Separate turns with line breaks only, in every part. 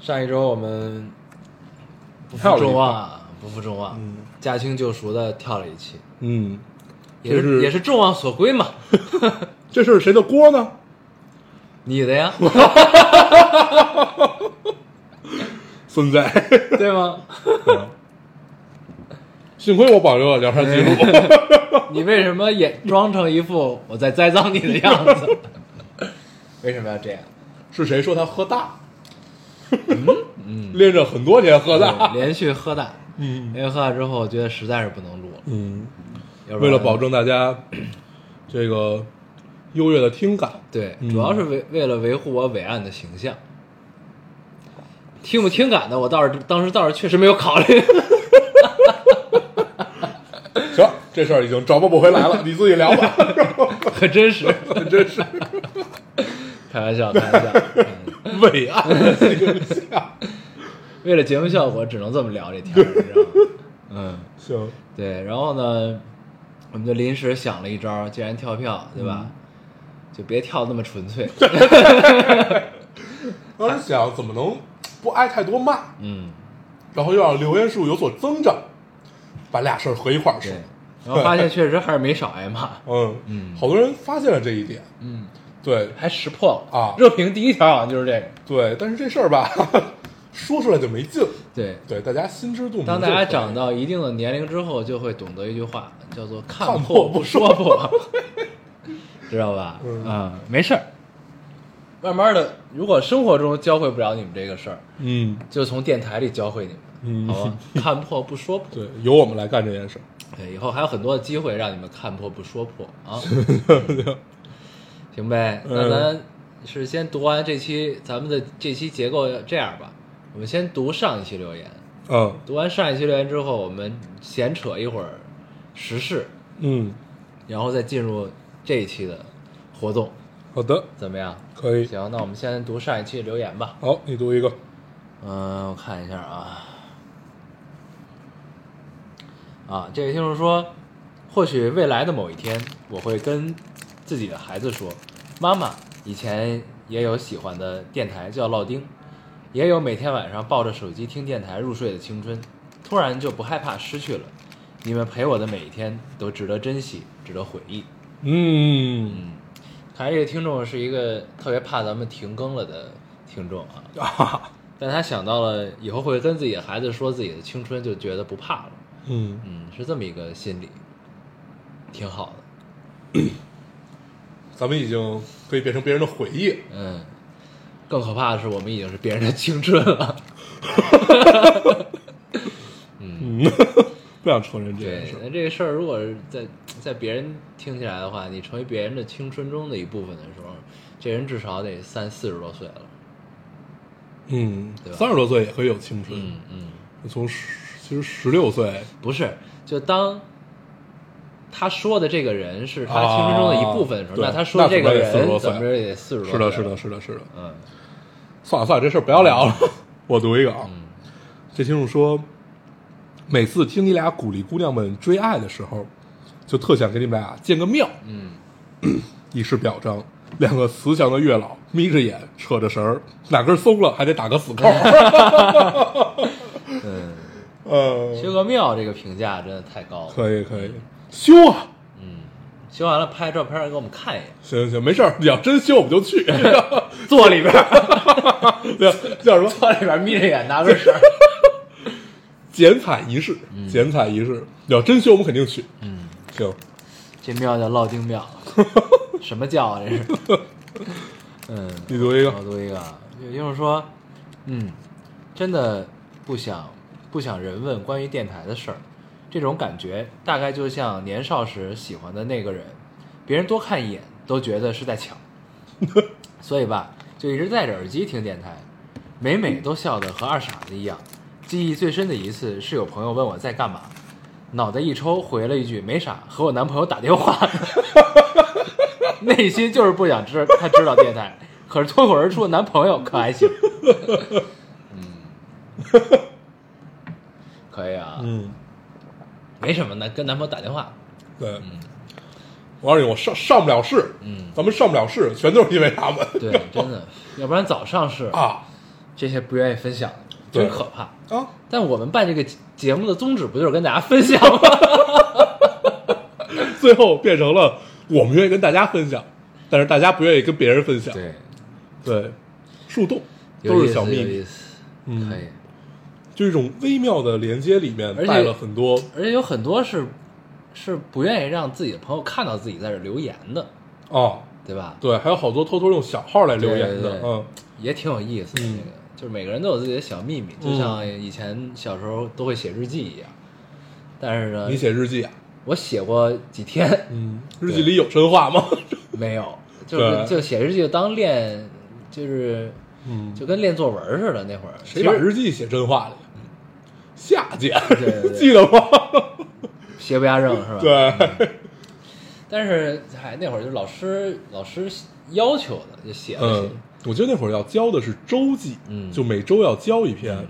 上一周我们不
跳
负
了一
众
个
望啊，不负众望，
嗯
驾轻就熟的跳了一期，
嗯，
也是、
就是
也是众望所归嘛。
这事儿谁的锅呢？
你的 呀，
孙 仔，嗯
对吗？
幸亏我保留了聊天记录。
你为什么也装成一副我在栽赃你的样 子？为什么要这样？
是谁说他喝大？嗯，连着很多年喝大。
对连续喝大，
嗯
连续喝大之后，我觉得实在是不能录了。
嗯，
要不
为
然
了保证大家这个优越的听感，
对，
嗯
主要是为为了维护我伟岸的形象。听不听感的，我倒是当时倒是确实没有考虑。
行，这事儿已经找不不回 来了，你自己聊吧。
可真是，
真是
开玩笑，开玩笑。嗯
伟 岸的形象。
为了节目效果，只能这么聊这天 儿，你知道吗？嗯，
行，
对。然后呢，我们就临时想了一招，既然跳票，对
嗯
吧？就别跳那么纯 粹。
当时啊想怎么能不挨太多骂，
嗯，
然后又让留言数有所增长，把俩事儿合一块儿说
对。。然后发现确实还是没少挨骂。
嗯
嗯
好多人发现了这一点。
嗯，
对
还识破了
啊
热评第一条好像就是这个。
对，但是这事儿吧， 说出来就没劲。
对，
对，大家心知肚明就
当
可以。
大家长到一定的年龄之后，就会懂得一句话，叫做“看
看
破
破
不
不
说
说
破”，知道吧？
嗯
啊，没事儿。慢慢的，如果生活中教会不了你们这个事儿，
嗯
就从电台里教会你们，
嗯
好啊吧？看破不说破，
对，由我们来干这件事儿。
对，以后还有很多的机会让你们看破不说破 啊，行呗？那
嗯
咱是先读完这期，咱们的这期结构这样吧，我们先读上一期留言，
嗯
读完上一期留言之后，我们闲扯一会儿时事，
嗯，
然后再进入这一期的活动，
好的，
怎么样？
可以。
行，那我们先读上一期留言吧。
好，你读一个。
嗯，我看一下啊，啊，这位听众说，或许未来的某一天，我会跟自己的孩子说，妈妈以前也有喜欢的电台叫烙丁，也有每天晚上抱着手机听电台入睡的青春，突然就不害怕失去了。你们陪我的每一天都值得珍惜，值得回忆。
嗯
嗯，看来这个听众是一个特别怕咱们停更了的听众啊。
啊，
但他想到了以后会跟自己的孩子说自己的青春，就觉得不怕了。
嗯
嗯，是这么一个心理，挺好的。
咱们已经可以变成别人的回忆。
嗯，更可怕的是，我们已经是别人的青春了。
嗯，不想承认这件
对
事，儿。
那这个事儿如果是在在别人听起来的话，你成为别人的青春中的一部分的时候，这人至少得三四十多岁了。
嗯
对，吧
三十多岁也可以有青春。
嗯嗯，
从十其实十六岁，
不是，就当。他说的这个人是他青春中的一部分的时候，
啊对
那他说的这个
那可能
人
得40多岁
怎么着也得四十多
是的，
岁
是
了
的，，是的，是的。
嗯，
算了算了，这事儿不要聊了。 我读一个
嗯
啊，这听众说，每次听你俩鼓励姑娘们追爱的时候，就特想给你们俩见个面，
嗯，
以示表彰。两个慈祥的月老眯着眼，扯着绳儿，哪根松了还得打个死扣。
嗯，
呃，
修个庙这个评价真的太高了。
可以可以，修啊，
嗯，修完了拍照片儿给我们看一眼，
行行，没事儿，你要真修我们就去。
坐里边儿，
对，叫什么？
坐里边儿眯着眼拿根 绳儿。
剪彩仪式，剪彩仪式，你要真修我们肯定去。
嗯，
行，
这庙叫烙丁 庙，什么教啊这是？嗯，
你读一个
我。读一个啊，有听众说，嗯，真的不想不想人问关于电台的事儿，这种感觉大概就像年少时喜欢的那个人，别人多看一眼都觉得是在抢，所以吧，就一直戴着耳机听电台，每每都笑得和二傻子一样。记忆最深的一次是有朋友问我在干嘛，脑袋一抽回了一句没啥，和我男朋友打电话。 内心就是不想知他知道电台，可是脱口而出的男朋友可还行。嗯，可以啊，
嗯，
没什么的，跟男朋友打电话。
对，我告诉你，我上上不了市，
嗯，
咱们上不了市，全都是因为他们
对，真的，要不然早上市
啊
这些不愿意分享，
对
真可怕。
啊！
但我们办这个节目的宗旨不就是跟大家分享吗？
最后变成了我们愿意跟大家分享，但是大家不愿意跟别人分享。
对，
对，树洞都是小秘
有意
密，
思，
嗯
可以。
就是一种微妙的连接里面
而且
带了很多。
而且有很多是是不愿意让自己的朋友看到自己在这留言的，
哦，
对吧？
对，还有好多偷偷用小号来留言
对对对
的，嗯，
也挺有意思的。
嗯
这个就是每个人都有自己的小秘密，就像以前小时候都会写日记一样。但是呢
你，写日记啊，
我写过几天
嗯，日记里有真话吗？
没有，就是
对
就写日记就当练，就是
嗯，
就跟练作文似的。那会儿
谁把
其实
日记写真话里？夏姐
对对对
记得吗？
邪不压正是吧？
对，
但是哎，那会儿就老师老师要求的，就写了写
嗯，我记得那会儿要交的是周记，
嗯
就每周要交一篇，
嗯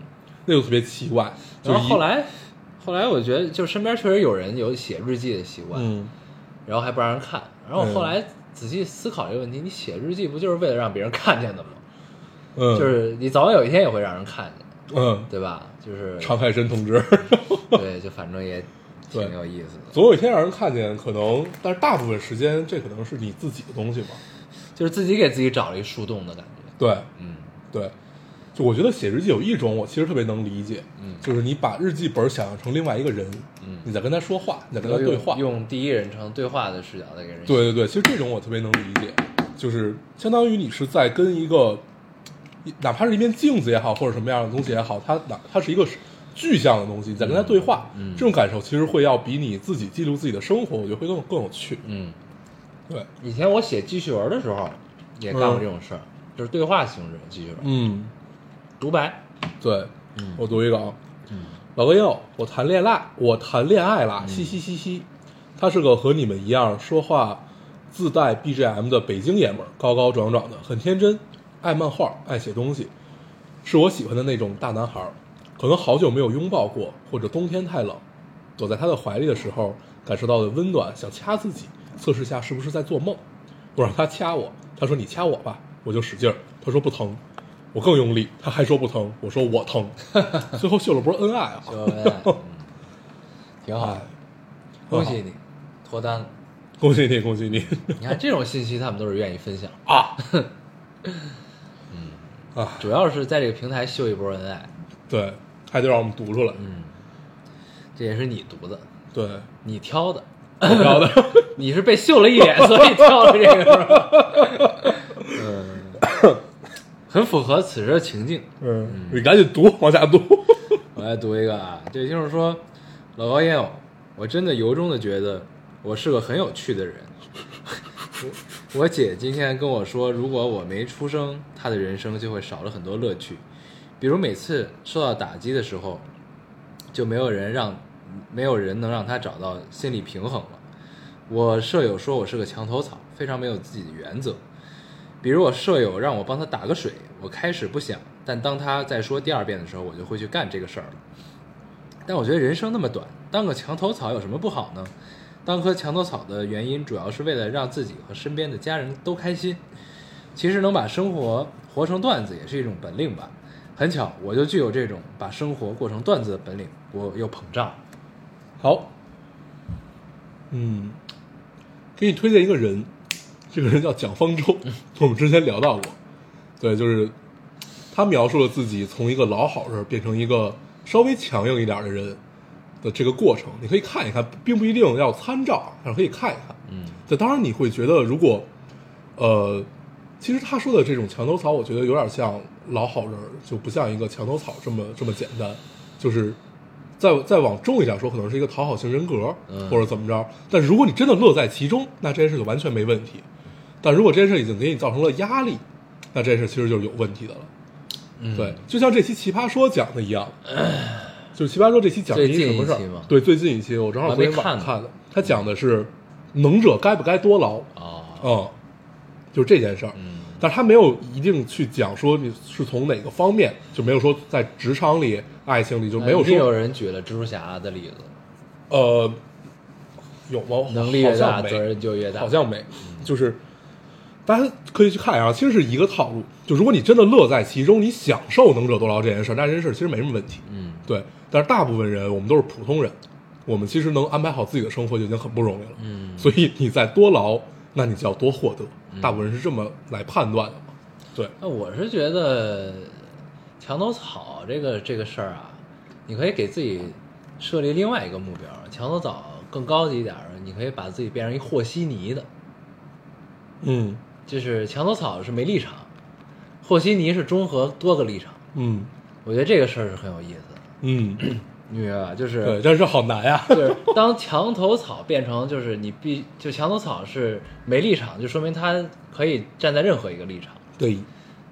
那就特别奇怪。就
然
是
后后，
一
来，后来我觉得，就身边确实有人有写日记的习惯，
嗯，
然后还不让人看。然后我
嗯
后来仔细思考这个问题，你写日记不就是为了让别人看见的吗？
嗯，
就是你早晚有一天也会让人看见，
嗯，
对吧？就是
常海申同志，
对，就反正也挺
对
有意思的。
总有一天让人看见，可能，但是大部分时间这可能是你自己的东西嘛。
就是自己给自己找了一树洞的感觉。
对
嗯
对，就我觉得写日记有一种我其实特别能理解，
嗯
就是你把日记本想象成另外一个人，
嗯，
你在跟他说话，你在跟他对话，
用用第一人称对话的视角在给人写
对对对，其实这种我特别能理解，就是相当于你是在跟一个，一哪怕是一面镜子也好，或者什么样的东西也好，它哪它是一个具象的东西，你在跟它对话，
嗯嗯
这种感受其实会要比你自己记录自己的生活，我觉得会更更有趣。
嗯，
对，
以前我写记叙文的时候也干过这种事儿，就是对话性质的记叙文，
嗯，
独白。
对，
嗯
我读一个啊，
嗯
老哥哟，我谈恋爱，我谈恋爱啦，嘻嘻嘻嘻。他是个和你们一样说话自带 BGM 的北京爷们儿，高高壮壮的，很天真，爱漫画，爱写东西，是我喜欢的那种大男孩儿。可能好久没有拥抱过，或者冬天太冷，躲在他的怀里的时候，感受到的温暖，想掐自己，测试下是不是在做梦。我让他掐我，他说你掐我吧，我就使劲儿，他说不疼，我更用力，他还说不疼，我说我疼，最后秀了波恩爱啊，
秀恩爱， 嗯挺好
哎
的，，恭喜你脱单 了。
恭喜你，恭喜你
你看这种信息，他们都是愿意分享，
啊！啊，
主要是在这个平台秀一波恩爱。
对，还得让我们读出来，
嗯，这也是你读的，
对，
你挑 的，
挺高的，
你是被秀了一脸，所以挑了这个是吧。 嗯，很符合此时的情境。
嗯， 你赶紧读，往下读，
我来读一个啊，这位听众说：“老高烟友，我真的由衷的觉得我是个很有趣的人。我我姐今天跟我说，如果我没出生，她的人生就会少了很多乐趣，比如每次受到打击的时候，就没有人让没有人能让她找到心理平衡了。我舍友说我是个墙头草，非常没有自己的原则。比如我舍友让我帮他打个水，我开始不想，但当他再说第二遍的时候，我就会去干这个事儿了。但我觉得人生那么短，当个墙头草有什么不好呢？当棵墙头草的原因主要是为了让自己和身边的家人都开心。其实能把生活活成段子也是一种本领吧。很巧，我就具有这种把生活过成段子的本领，我又膨胀了。
好，嗯，给你推荐一个人，这个人叫蒋方舟，我们之前聊到过，对，就是他描述了自己从一个老好人变成一个稍微强硬一点的人的这个过程，你可以看一看，并不一定要参照，啊但是可以看一看。
嗯
对，当然你会觉得，如果，呃，其实他说的这种墙头草，我觉得有点像老好人儿，就不像一个墙头草这么这么简单。就是再再往重一点说，可能是一个讨好型人格，
嗯
或者怎么着。但如果你真的乐在其中，那这件事就完全没问题。但如果这件事已经给你造成了压力，那这件事其实就是有问题的了。
嗯
对，就像这期《奇葩说》讲的一样，就是《奇葩说》这期讲的
最近
什么事
一期吗
儿？对，最近一期我正好昨天晚
我还
上
没
看的，他讲的是能者该不该多劳，
哦，
嗯，就是这件事儿。
嗯
但是他没有一定去讲说你是从哪个方面，就没有说在职场里、爱情里就没有
一定呃有
说
人举了蜘蛛侠的例子，
呃有吗？
能力越
好
大
像没
责任就越大，
好像没，就是大家可以去看一下，其实是一个套路。就如果你真的乐在其中，你享受能者多劳这件事儿，那这件事儿其实没什么问题。
嗯
对，但是大部分人我们都是普通人，我们其实能安排好自己的生活就已经很不容易了。
嗯，
所以你再多劳，那你就要多获得。大部分人是这么来判断的嘛？对，
那我是觉得墙头草这个这个事儿啊，你可以给自己设立另外一个目标。墙头草更高级一点儿，你可以把自己变成一和稀泥的，
嗯
就是墙头草是没立场，和稀泥是中和多个立场。
嗯
我觉得这个事儿是很有意思的，
嗯，
你明白吧？就
对，
是
但是好难呀、
就是当墙头草变成就是你必就墙头草是没立场，就说明他可以站在任何一个立场。
对，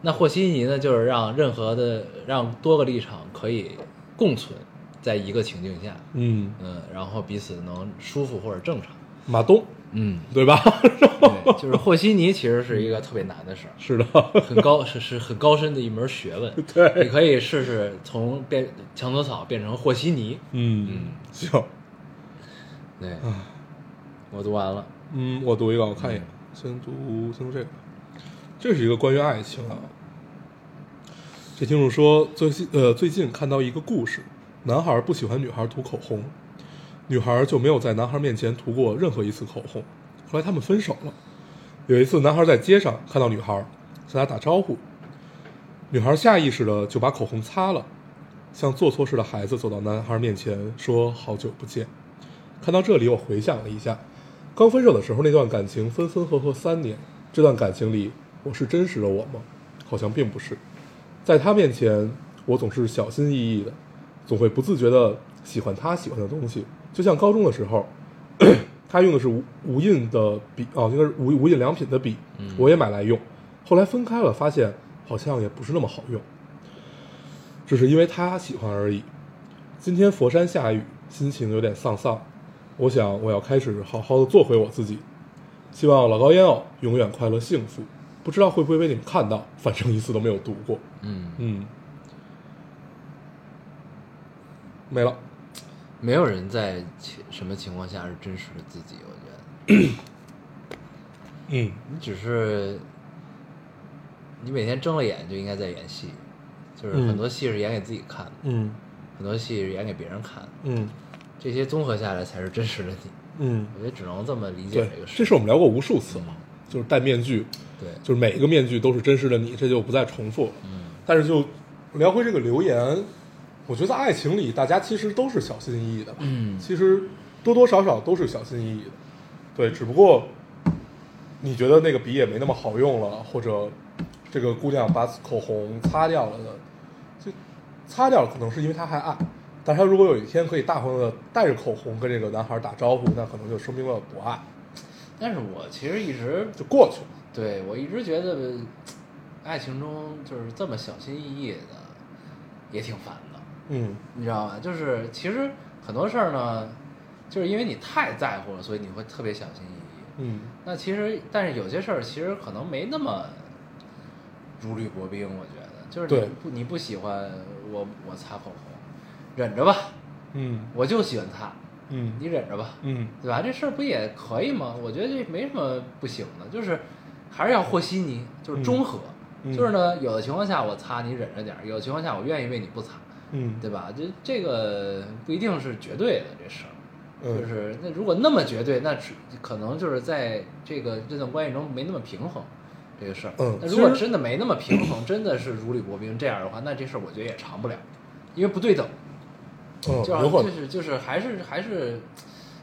那和稀泥呢，就是让任何的让多个立场可以共存在一个情境下，
嗯，
嗯，然后彼此能舒服或者正常，
马东
嗯，
对吧？
对，就是和稀泥其实是一个特别难的事儿，
是的，
很高是是很高深的一门学问，
对
你可以试试从变墙头草变成和稀泥，
嗯
嗯，
行，
对
啊，
我读完了，
嗯，我读一个，我看一眼，先读先读这个，这是一个关于爱情啊。这听众说，最近呃最近看到一个故事，男孩不喜欢女孩涂口红，女孩就没有在男孩面前涂过任何一次口红。后来他们分手了。有一次，男孩在街上看到女孩，向她打招呼，女孩下意识的就把口红擦了，像做错事的孩子走到男孩面前说：“好久不见。”看到这里，我回想了一下，刚分手的时候那段感情分分合合三年，这段感情里我是真实的我吗？好像并不是。在他面前，我总是小心翼翼的，总会不自觉的喜欢他喜欢的东西。就像高中的时候， 他用的是无无印的笔哦，应该是无无印良品的笔，我也买来用。后来分开了，发现好像也不是那么好用，只是因为他喜欢而已。今天佛山下雨，心情有点丧丧。我想我要开始好好的做回我自己。希望老高烟偶永远快乐幸福。不知道会不会被你们看到，反正一次都没有读过。
嗯，
嗯，没了。
没有人在情什么情况下是真实的自己，我觉得。
嗯
你只是你每天睁了眼就应该在演戏，就是
嗯
很多戏是演给自己看的，
嗯
很多戏是演给别人看的，
嗯
这些综合下来才是真实的你。
嗯，
我觉得只能这么理解
对
这个，事。
这事我们聊过无数次了，就是戴面具，
对，
就是每一个面具都是真实的你，这就不再重复了。
嗯
但是就聊回这个留言，我觉得在爱情里大家其实都是小心翼翼的吧。
嗯
其实多多少少都是小心翼翼的，对，只不过你觉得那个笔也没那么好用了，或者这个姑娘把口红擦掉了的，就擦掉了可能是因为她还爱，但是她如果有一天可以大方的带着口红跟这个男孩打招呼，那可能就说明了不爱，
但是我其实一直
就过去了。
对我一直觉得，呃爱情中就是这么小心翼翼的，也挺烦的，
嗯
你知道吗？就是其实很多事儿呢，就是因为你太在乎了，所以你会特别小心翼翼。
嗯
那其实，但是有些事儿其实可能没那么如履薄冰，我觉得就是你
对
不你不喜欢我我擦口红，忍着吧，
嗯
我就喜欢擦，
嗯
你忍着吧，
嗯
对吧？这事儿不也可以吗？我觉得这没什么不行的，就是还是要和稀泥，就是中和，
嗯
就是呢，有的情况下我擦你忍着点儿，有的情况下我愿意为你不擦，
嗯，
对吧？这这个不一定是绝对的这事儿。就
嗯
是那如果那么绝对，那只可能就是在这个这段关系中没那么平衡这个事儿。
嗯
那如果
其实
真的没那么平衡，真的是如履薄冰这样的话，那这事儿我觉得也长不了，因为不对等，
嗯，
就
有可
好
能
就。是就是还是还是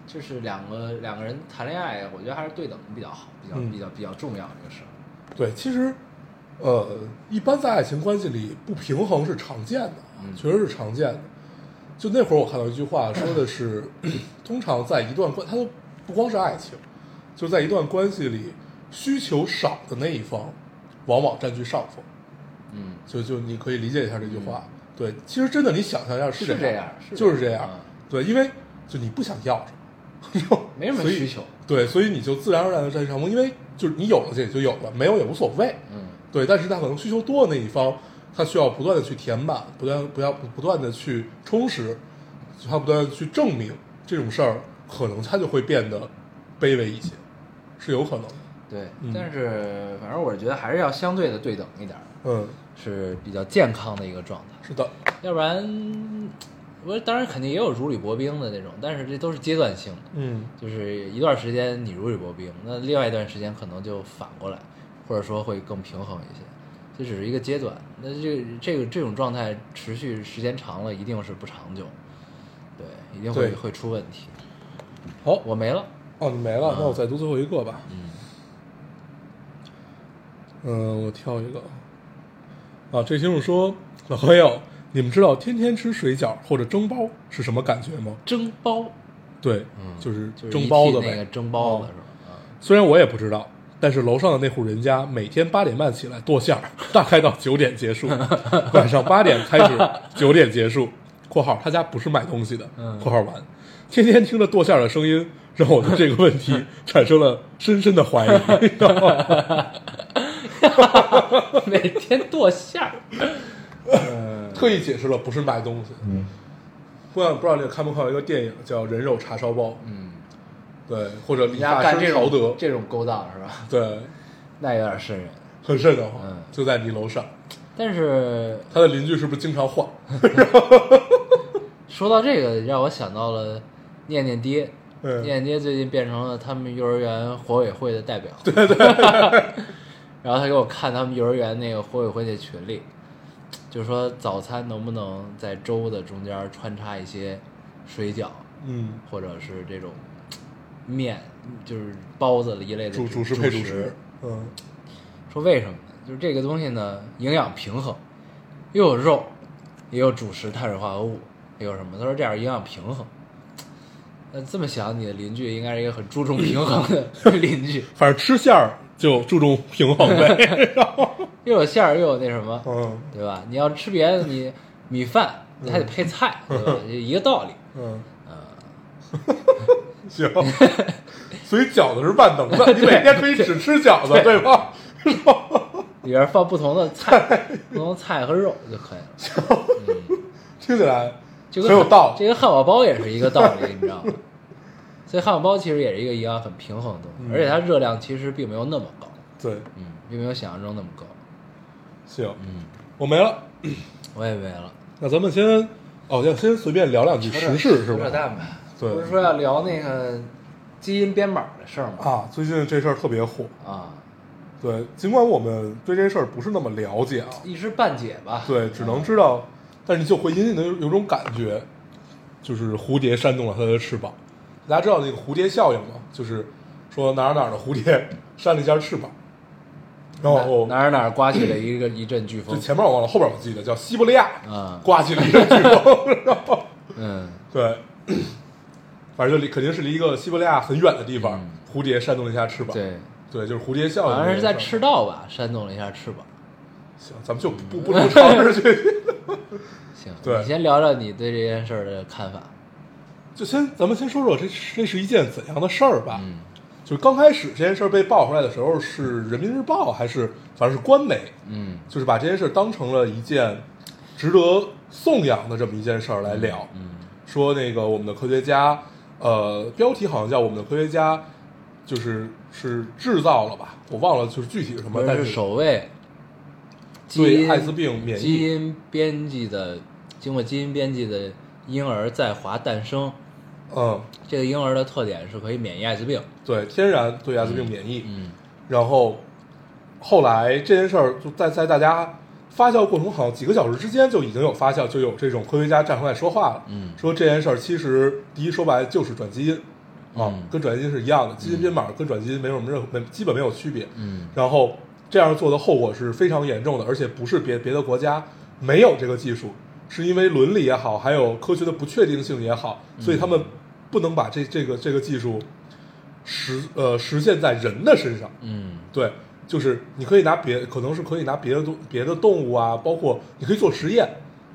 就是两个两个人谈恋爱，我觉得还是对等比较好，比较
嗯
比较比较重要这个事儿。
对，其实，呃，一般在爱情关系里不平衡是常见的，啊
嗯
确实是常见的。就那会儿我看到一句话，说的是，通常在一段关，它都不光是爱情，就在一段关系里，需求少的那一方，往往占据上风。
嗯，
就就你可以理解一下这句话。对，其实真的你想象一下
是
这
这样是
就是
这
这
样
样
嗯。
对，因为就你不想要什么，
没什么
所以
需求。
对，所以你就自然而然的占上风，因为就是你有了这也就有了，没有也无所谓。
嗯
对，但是他可能需求多那一方，他需要不断的去填满，不断不要不断的去充实，他不断的去证明这种事儿，可能他就会变得卑微一些，是有可能的。
对
嗯，
但是反正我觉得还是要相对的对等一点儿，
嗯，
是比较健康的一个状态。
是的，
要不然，我当然肯定也有如履薄冰的那种，但是这都是阶段性的，
嗯，
就是一段时间你如履薄冰，那另外一段时间可能就反过来，或者说会更平衡一些。这只是一个阶段，那这个这个这种状态持续时间长了，一定是不长久，对，一定会
对
会出问题。
好，
我没了，
哦，你没了
嗯，
那我再读最后一个吧。
嗯
嗯，我挑一个。啊，这听众说，老朋友，你们知道天天吃水饺或者蒸包是什么感觉吗？
蒸包，
对，
嗯，
就是
就是
蒸
ET
包子呗。
那个蒸包子
嗯
是吧？ 啊
虽然我也不知道，但是楼上的那户人家每天八点半起来剁馅儿， 大概到九 点结束，晚上八点开始，九点结束。（括号他家不是卖东西的，
嗯
括号完）天天听着剁馅儿的声音，让我对这个问 题产生了深深的怀疑。
每天剁馅儿，
特意解释了不是卖东西。嗯，不知道不知道你看没看过一个电影叫《人肉叉烧包》？
嗯，
对，或者理
人
发
家干
师
这
陶
种
德，
这种勾当是吧？
对，
那有点瘆人。
很瘆得慌
嗯，
就在你楼上。
但是
他的邻居是不是经 常换？
说到这个，让我想到了念念爹。
嗯
念念爹最近变成了他们幼儿园活委会的代表。对对 然后他给我看他们幼儿园那个活委会那群里，就说早餐能不能在粥的中间穿插一些水饺，
嗯，
或者是这种面，就是包子一类的
主主食
食
配主食，嗯，
说为什么呢？就是这个东西呢，营养平衡，又有肉，也有主食碳水化合物，也有什么？他说这样营养平衡。那这么想，你的邻居应该是一个很注重平衡的邻居，
反正吃馅儿就注重平衡呗。
又有馅儿，又有那什么，
嗯
对吧？你要吃别的，你米饭你还得配菜，对吧？就一个道理。
嗯， 行。所以饺子是万能 的，你每天可以只吃饺子，对吧？
里边放不同的菜，不同的菜和肉就可以了。
听起来
就
很
跟
有道
这
理。
个汉堡包也是一个道理，你知道吗？所以汉堡包其实也是一个营养很平衡的东西，
嗯
而且它热量其实并没有那么高，
对，
嗯，并没有想象中那么高。
行，
嗯，
我没了。
我也没了。
那咱们先，哦，要先随便聊两句时事是
扯扯
吧？
淡吧？
对
不是说要聊那个基因编码的事儿吗？
啊，最近这事儿特别火。
啊，
对，尽管我们对这事儿不是那么了解啊，
一知半解吧。
对，只能知道，但是就会隐隐的有有种感觉，就是蝴蝶扇动了它的翅膀。大家知道那个蝴蝶效应吗？就是说哪儿哪儿的蝴蝶 扇了一下翅膀，然后哦
哪儿哪儿刮起了一个一阵飓
就
风。
哦前面我忘了，后边我记得叫西伯利亚，
啊，
刮起了一阵飓风， 然后
嗯，
对，反正就离肯定是离一个西伯利亚很远的地方，蝴蝶扇动了一下翅膀，
嗯对，
对，就是蝴蝶效应。
好像是在，赤道吧，扇动了一下翅膀。
行，咱们就不不能尝试去。
行，
对
你先聊聊你对这件事儿的看法。
就先，咱们先说说这这是一件怎样的事儿吧。
嗯
就是刚开始这件事儿被爆出来的时候，是人民日报还是反正是官媒，
嗯
就是把这件事儿当成了一件值得颂扬的这么一件事儿来聊。
嗯
说那个我们的科学家，呃，标题好像叫我们的科学家，就是是制造了吧，我忘了就是具体是什
不
么，但
是
是
首位基
对
因
艾滋病免
基
疫，
因编辑的，经过基因编辑的婴儿在华诞生。
嗯，
这个婴儿的特点是可以免疫艾滋病。
对，天然对艾滋病免疫。
嗯
然后后来这件事儿就在在大家发酵过程中，好像几个小时之间就已经有发酵，就有这种科学家站出来说话了，
嗯
说这件事儿其实第一说白了就是转基因啊，
嗯
跟转基因是一样的，基因编码跟转基因没有什么任何没基本没有区别。
嗯
然后这样做的后果是非常严重的，而且不是别别的国家没有这个技术，是因为伦理也好，还有科学的不确定性也好，所以他们不能把这这个这个技术实呃实现在人的身上。
嗯
对，就是你可以拿别，可能是可以拿别的动别的动物啊，包括你可以做实验，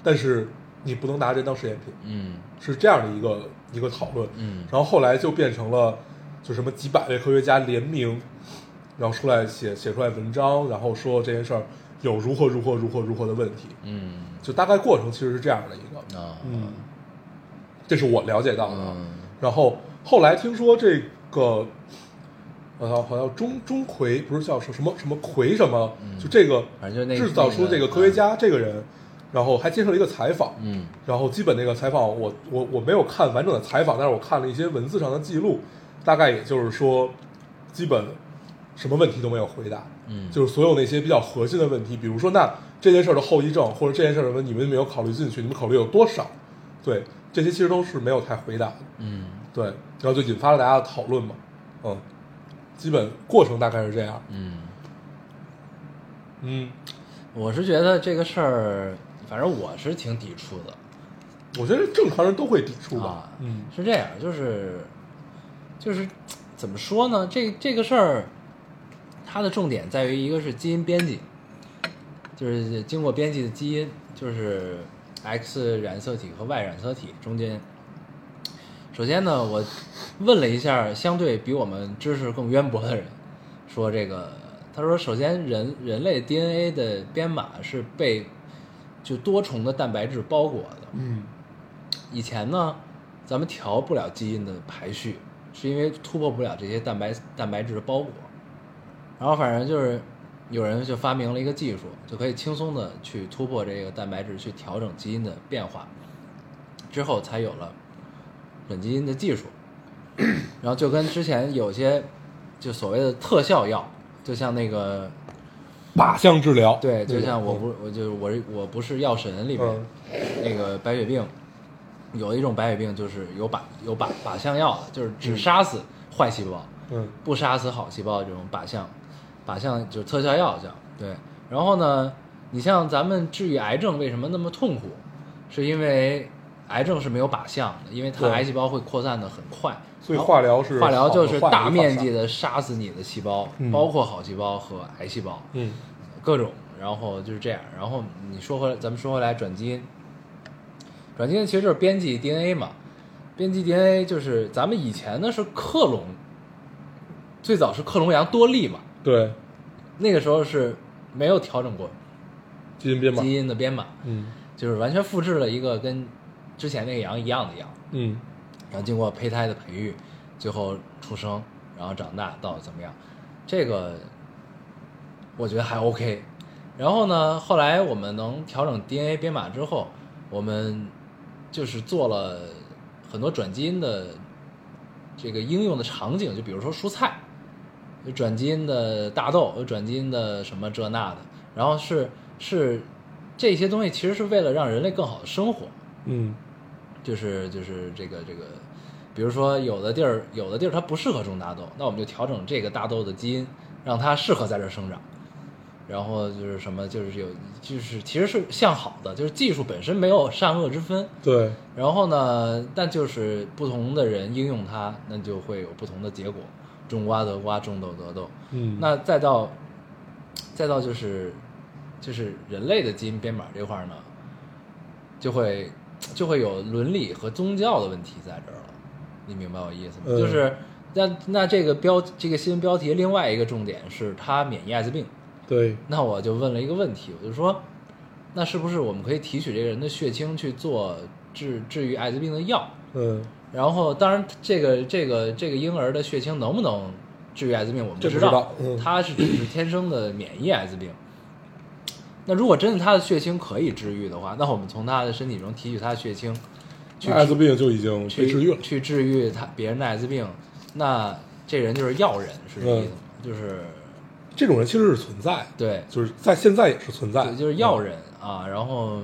但是你不能拿这当实验品，
嗯
是这样的一个一个讨论。
嗯
然后后来就变成了，就什么几百位科学家联名，然后出来写写出来文章，然后说这件事儿有如何如何如何如何的问题，
嗯
就大概过程其实是这样的一个，
啊
嗯，这是我了解到的啊。
嗯
然后后来听说这个，好像好像钟钟馗不是叫什么什么馗什么，就这个
嗯反正就是那
制造出这个科学家这个人，然后还接受了一个采访，
嗯
然后基本那个采访我我我没有看完整的采访，但是我看了一些文字上的记录，大概也就是说，基本什么问题都没有回答，
嗯
就是所有那些比较核心的问题，比如说那这件事儿的后遗症，或者这件事儿的你们没有考虑进去，你们考虑有多少？对，这些其实都是没有太回答的。
嗯
对，然后就引发了大家的讨论嘛。嗯，基本过程大概是这样。
嗯，
嗯，
我是觉得这个事儿，反正我是挺抵触的。
我觉得正常人都会抵触吧。
啊，
嗯，
是这样，就是就是怎么说呢？这这个事儿，它的重点在于一个是基因编辑，就是经过编辑的基因，就是 X 染色体和 Y 染色体中间。首先呢，我问了一下相对比我们知识更渊博的人，说这个，他说首先人人类 DNA 的编码是被就多重的蛋白质包裹的，
嗯，
以前呢，咱们调不了基因的排序，是因为突破不了这些蛋白蛋白质的包裹。然后反正就是有人就发明了一个技术，就可以轻松的去突破这个蛋白质，去调整基因的变化，之后才有了忍基因的技术。然后就跟之前有些就所谓的特效药，就像那个
靶向治疗。
对，就
那种
像我不我就是我是我不是药神里面、
嗯
那个白血病，有一种白血病就是有靶有靶靶向药的，就是只杀死坏细胞，
嗯
不杀死好细胞的这种靶向，靶向就是特效药叫对。然后呢，你像咱们治愈癌症为什么那么痛苦，是因为癌症是没有靶向的，因为它
对
癌细胞会扩散的很快，
所以
然后
化疗是
化疗就
好
是
的化疗
大
法
面
杀
积的杀死你的细胞，
嗯
包括好细胞和癌细胞。
嗯
各种，然后就是这样。然后你说回来，咱们说回来转基因，转基因其实就是编辑 DNA 嘛，编辑 DNA 就是咱们以前呢是克隆，最早是克隆羊多利嘛，
对
那个时候是没有调整过
基因编码。
基因的编码，
嗯
就是完全复制了一个跟之前那个羊一样的羊，
嗯
然后经过胚胎的培育，最后出生，然后长大到怎么样，这个我觉得还 OK。然后呢，后来我们能调整 DNA 编码之后，我们就是做了很多转基因的这个应用的场景，就比如说蔬菜，有转基因的大豆，有转基因的什么这那的，然后是是这些东西其实是为了让人类更好的生活，
嗯
就是就是这个这个，比如说有的地儿有的地儿它不适合种大豆，那我们就调整这个大豆的基因，让它适合在这儿生长。然后就是什么，就是有就是其实是向好的，就是技术本身没有善恶之分。
对
然后呢，但就是不同的人应用它，那就会有不同的结果。种瓜得瓜，种豆得豆。
嗯
那再到，再到就是，就是人类的基因编码这块儿呢，就会就会有伦理和宗教的问题在这儿了，你明白我意思吗？
嗯
就是那那这个标这个新闻标题另外一个重点是他免疫艾滋病，
对
那我就问了一个问题，我就说，那是不是我们可以提取这个人的血清去做治治愈艾滋病的药？
嗯，
然后，当然，这个这个这个婴儿的血清能不能治愈艾滋病，我们
这
知
不
道，
知道嗯
他是只是天生的免疫艾滋病。那如果真的他的血清可以治愈的话，那我们从他的身体中提取他的血清，去
艾滋病就已经
去
被治愈了。
去治愈他别人的艾滋病，那这人就是药人，是这意思吗？
嗯
就是
这种人其实是存在的，
对，
就是在现在也是存在的
对，。就是
嗯
药人啊。然后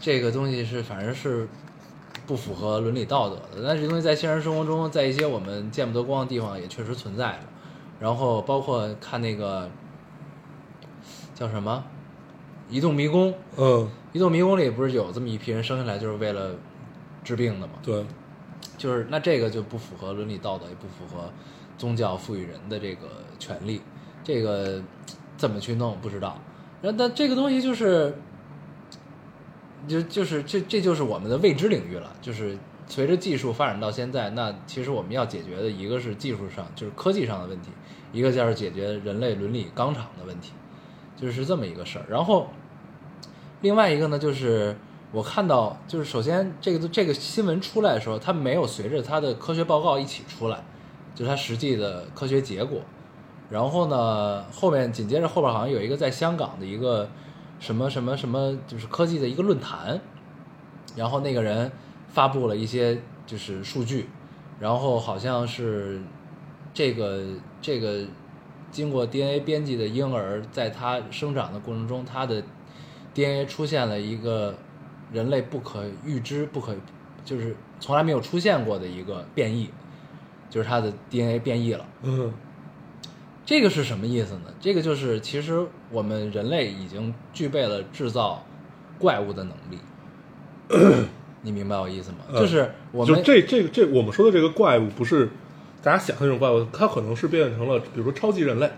这个东西是反正是不符合伦理道德的，但是这东西在现实生活中，在一些我们见不得光的地方也确实存在着。然后包括看那个叫什么《移动迷宫》，《
嗯，
移动迷宫》里不是有这么一批人生下来就是为了治病的吗？
对，
就是那这个就不符合伦理道德，也不符合宗教赋予人的这个权利，这个怎么去弄不知道。然后但这个东西就是，就就是这这就是我们的未知领域了。就是随着技术发展到现在，那其实我们要解决的一个是技术上就是科技上的问题，一个就是解决人类伦理纲常的问题，就是这么一个事儿。然后另外一个呢，就是我看到，就是首先这个这个新闻出来的时候，它没有随着它的科学报告一起出来，就是它实际的科学结果。然后呢，后面紧接着后边好像有一个在香港的一个什么什么什么，就是科技的一个论坛，然后那个人发布了一些就是数据，然后好像是这个这个经过 DNA 编辑的婴儿，在他生长的过程中，他的 DNA 出现了一个人类不可预知、不可就是从来没有出现过的一个变异，就是他的 DNA 变异了。
嗯
这个是什么意思呢？这个就是其实我们人类已经具备了制造怪物的能力， 你明白我意思吗？
嗯
就是我
就
们
这这这我们说的这个怪物不是大家想象那种怪物，它可能是变成了比如说超级人类，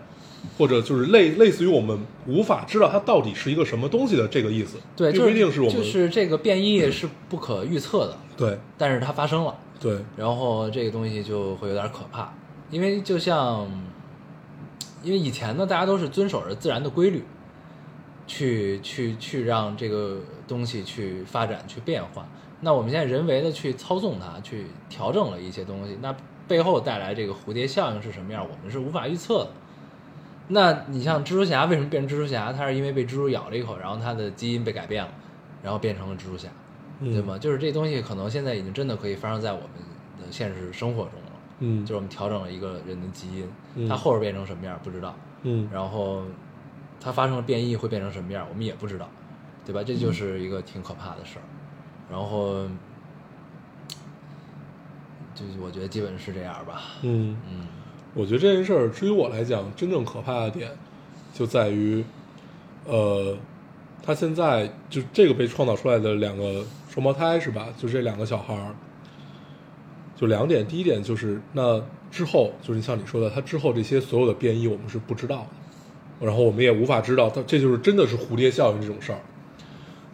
或者就是类类似于我们无法知道它到底是一个什么东西的这个意思。
对，
并
就
不一定是我们、
就是这个变异是不可预测的，
对
但是它发生了，
对
然后这个东西就会有点可怕，因为就像，因为以前呢，大家都是遵守着自然的规律，去去去让这个东西去发展去变化。那我们现在人为的去操纵它，去调整了一些东西，那背后带来这个蝴蝶效应是什么样，我们是无法预测的。那你像蜘蛛侠为什么变成蜘蛛侠？它是因为被蜘蛛咬了一口，然后它的基因被改变了，然后变成了蜘蛛侠。
嗯
对吗？就是这东西可能现在已经真的可以发生在我们的现实生活中了。
嗯
就是我们调整了一个人的基
嗯
因，它后边变成什么样不知道，
嗯
然后它发生了变异会变成什么样我们也不知道，对吧？这
嗯
就是一个挺可怕的事儿。然后，就是我觉得基本是这样吧。
嗯，
嗯
我觉得这件事儿，至于我来讲，真正可怕的点就在于，呃，他现在就这个被创造出来的两个双胞胎是吧？就这两个小孩儿，就两点。第一点就是，那之后就是像你说的，他之后这些所有的变异，我们是不知道的，然后我们也无法知道，它这就是真的是蝴蝶效应这种事儿。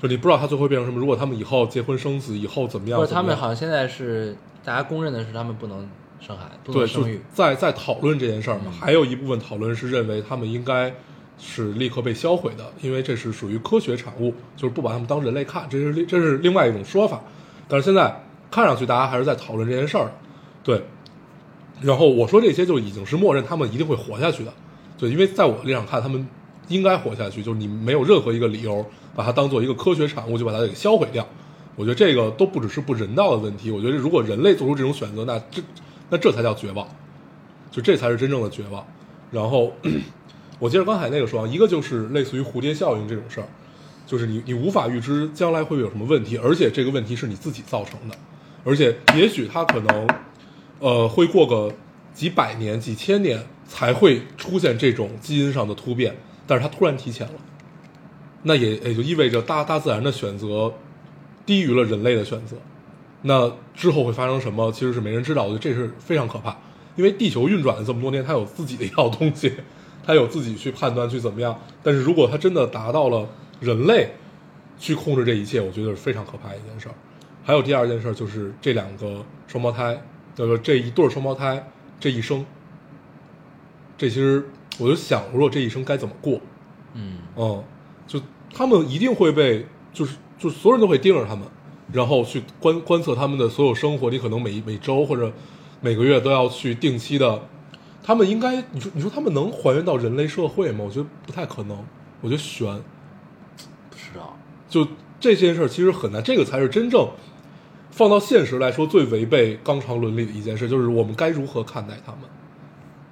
就你不知道他最后会变成什么。如果他们以后结婚生子，以后怎么样？
或者他
怎么
们
样
好像现在是大家公认的是他们不能生孩，不
对，
能
就
生育。
在在讨论这件事儿嘛，
嗯
还有一部分讨论是认为他们应该是立刻被销毁的，因为这是属于科学产物，就是不把他们当人类看，这是另这是另外一种说法。但是现在看上去大家还是在讨论这件事儿的，对。然后我说这些就已经是默认他们一定会活下去的，对，因为在我立场看，他们应该活下去，就是你没有任何一个理由把它当做一个科学产物就把它给销毁掉。我觉得这个都不只是不人道的问题，我觉得如果人类做出这种选择，那这那这才叫绝望，就这才是真正的绝望。然后我接着刚才那个说啊，一个就是类似于蝴蝶效应这种事儿，就是你你无法预知将来会有什么问题，而且这个问题是你自己造成的，而且也许它可能呃会过个几百年、几千年才会出现这种基因上的突变，但是它突然提前了，那也也就意味着大大自然的选择低于了人类的选择。那之后会发生什么，其实是没人知道的，我觉得这是非常可怕。因为地球运转了这么多年，它有自己的一 套东西，它有自己去判断去怎么样。但是如果它真的达到了人类去控制这一切，我觉得是非常可怕的一件事儿。还有第二件事儿就是这两个双胞胎，就是这一对儿双胞胎这一生，这其实我就想，如果这一生该怎么过？
嗯
嗯，就他们一定会被，就是就所有人都会盯着他们，然后去观观测他们的所有生活。你可能每每周或者每个月都要去定期的，他们应该你说你说他们能还原到人类社会吗？我觉得不太可能，我觉得悬。
不知道。
就这件事儿其实很难，这个才是真正放到现实来说最违背纲常伦理的一件事，就是我们该如何看待他们。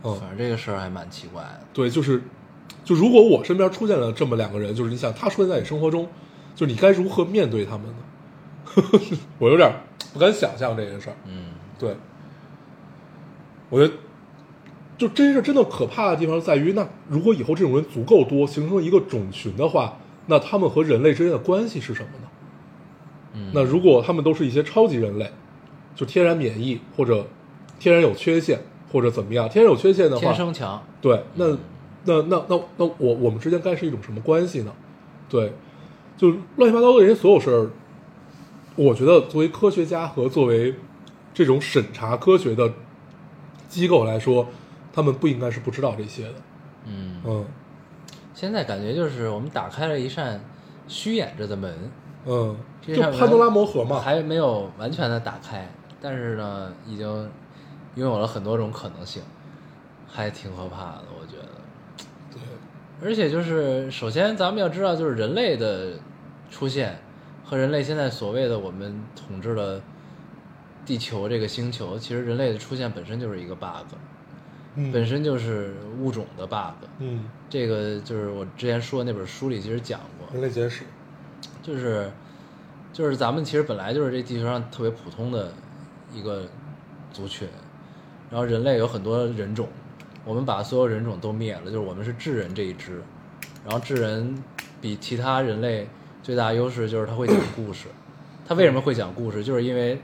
嗯，
反正这个事儿还蛮奇怪的。
对，就是，就如果我身边出现了这么两个人，就是你想他出现在你生活中，就你该如何面对他们呢？ 我有点儿不敢想象这件事儿。
嗯
对，我觉得就这件事儿真的可怕的地方在于，那如果以后这种人足够多，形成了一个种群的话，那他们和人类之间的关系是什么呢？
嗯，
那如果他们都是一些超级人类，就天然免疫或者天然有缺陷，或者怎么样，天生有缺陷的
天
话，
生强，嗯
对，那那那那那我我们之间该是一种什么关系呢？对，就乱七八糟的这些所有事儿，我觉得作为科学家和作为这种审查科学的机构来说，他们不应该是不知道这些的。
嗯，
嗯
现在感觉就是我们打开了一扇虚掩着的门，
嗯，
这
就
扇门
潘多拉魔盒嘛，
还没有完全的打开，但是呢，已经拥有了很多种可能性，还挺可怕的，我觉得。
对，
而且就是，首先咱们要知道，就是人类的出现和人类现在所谓的我们统治了地球这个星球，其实人类的出现本身就是一个 bug，本
嗯
身就是物种的 bug。
嗯，
这个就是我之前说那本书里其实讲过，
人类简史，
就是就是咱们其实本来就是这地球上特别普通的一个族群，然后人类有很多人种，我们把所有人种都灭了，就是我们是智人这一支，然后智人比其他人类最大优势就是他会讲故事，他为什么会讲故事？就是因为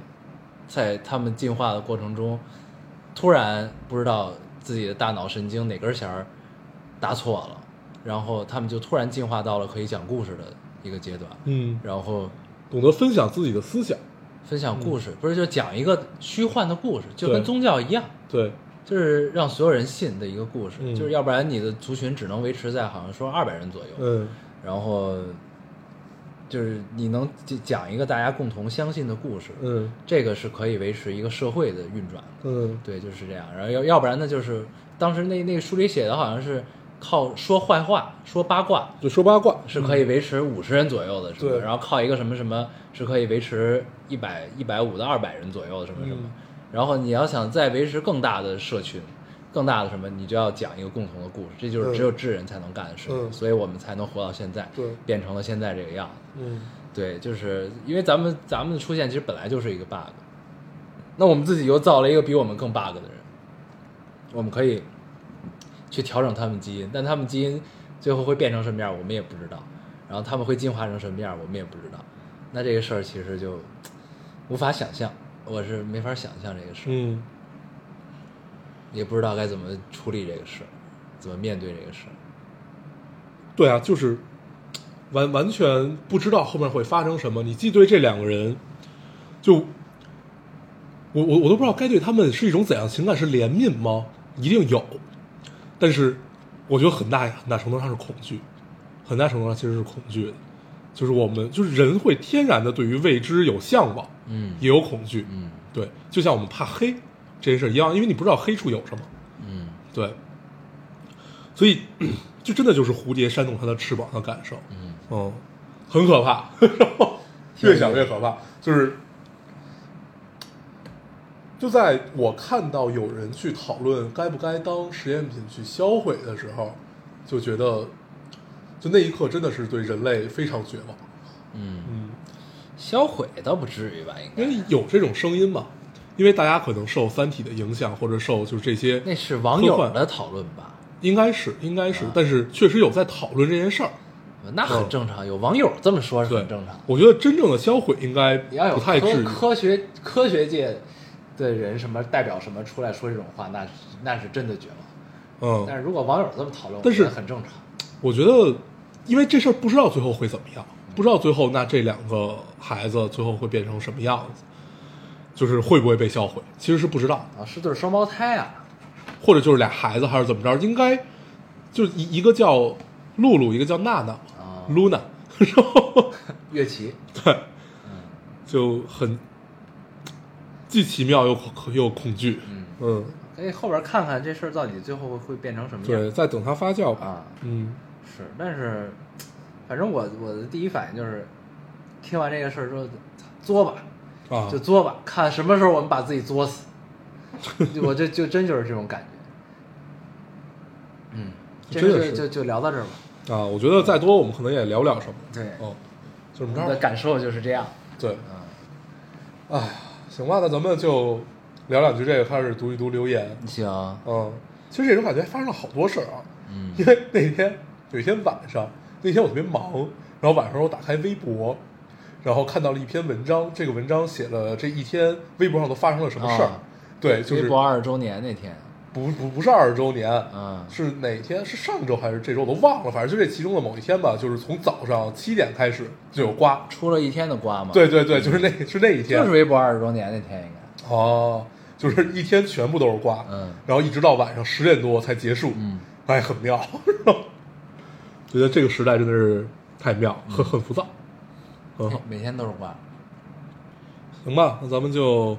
在他们进化的过程中，突然不知道自己的大脑神经哪根弦儿搭错了，然后他们就突然进化到了可以讲故事的一个阶段，
嗯，
然后
懂得分享自己的思想，
分享故事，不是就讲一个虚幻的故事，就跟
嗯对
宗教一样，
对，
就是让所有人信的一个故事，
嗯
就是要不然你的族群只能维持在好像说二百人左右，
嗯
然后就是你能讲讲一个大家共同相信的故事，
嗯
这个是可以维持一个社会的运转的。
嗯
对，就是这样。然后要要不然呢，就是当时那那个书里写的好像是靠说坏话、说八卦
就说八卦，
是可以维持五十人左右的什么，
嗯对
然后靠一个什么什么是可以维持一百一百五到二百人左右的什么什么。
嗯
然后你要想再维持更大的社群。更大的什么，你就要讲一个共同的故事，这就是只有智人才能干的事情，
嗯
所以我们才能活到现在，
对
变成了现在这个样子。
嗯。
对，就是因为咱们咱们的出现其实本来就是一个 bug，那我们自己又造了一个比我们更 bug 的人，我们可以去调整他们基因，但他们基因最后会变成什么样，我们也不知道，然后他们会进化成什么样，我们也不知道，那这个事儿其实就无法想象，我是没法想象这个事儿，
嗯
也不知道该怎么处理这个事儿，怎么面对这个事儿，
对啊，就是完完全不知道后面会发生什么。你既对这两个人，就我我我都不知道该对他们是一种怎样的情感，是怜悯吗？一定有，但是我觉得很大很大程度上是恐惧，很大程度上其实是恐惧的。就是我们就是人会天然的对于未知有向往，
嗯
也有恐惧，
嗯
对，就像我们怕黑这件事儿一样，因为你不知道黑处有什么。
嗯
对，所以就真的就是蝴蝶扇动它的翅膀的感受，
嗯，
嗯，很可怕， 然后越想越可怕，就是就在我看到有人去讨论该不该当实验品去销毁的时候，就觉得就那一刻真的是对人类非常绝望，
嗯，
嗯，
销毁倒不至于吧，应该
因。为有这种声音嘛，因为大家可能受《三体》的影响，或者受就是这些
那是网友的讨论吧？
应该是应该是
啊，
但是确实有在讨论这件事儿。
那很正常，有网友这么说是
嗯对，
很正常。
我觉得真正的销毁应该
也要有
不太
科
至于。
科学科学界的人什么代表什么出来说这种话，那是那是真的绝望。但
嗯，
是如果网友这么讨论，
但是
我觉得很正常。
我觉得，因为这事儿不知道最后会怎么样，不知道最后那这两个孩子最后会变成什么样子，就是会不会被销毁，其实是不知道，
啊，是对双胞胎啊，
或者就是俩孩子还是怎么着，应该就是一一个叫露露，一个叫娜娜
啊
，Luna，然 后
乐琪，
对，
嗯
就很既奇妙又恐又恐惧，
嗯，
嗯，
可以后边看看这事儿到底最后会变成什么
对，
样
在等它发酵吧，
啊？
嗯
是，但是反正我我的第一反应就是，听完这个事儿之后，操作吧，
啊，
就作吧，看什么时候我们把自己作死。我这就真就是这种感觉。嗯，这
真的
个
是
就就就聊到这儿吧。
啊，我觉得再多我们可能也聊不了什么。
对
哦，就这
我
么
们的
着吧。
感受就是这样。
对，
嗯，
哎，行吧，那咱们就聊两句这个，开始读一读留言。
行，
嗯，其实这种感觉发生了好多事儿啊，
嗯
因为那天有一天晚上，那天我特别忙，然后晚上我打开微博，然后看到了一篇文章，这个文章写了这一天微博上都发生了什么事儿。
啊
对，就
微
是
博二十周年那天，
不不不是二十周年，
嗯
是哪天？是上周还是这周？我都忘了，反正就这其中的某一天吧，就是从早上七点开始就有瓜。
出了一天的瓜嘛，，
对对对，就是那是那一天，
就是微博二十周年那天应该，
哦，就是一天全部都是瓜，
嗯
然后一直到晚上十点多才结束，
嗯，
哎，很妙， 觉得这个时代真的是太妙，很很浮躁，嗯，
每每天都是瓜，
行吧，那咱们就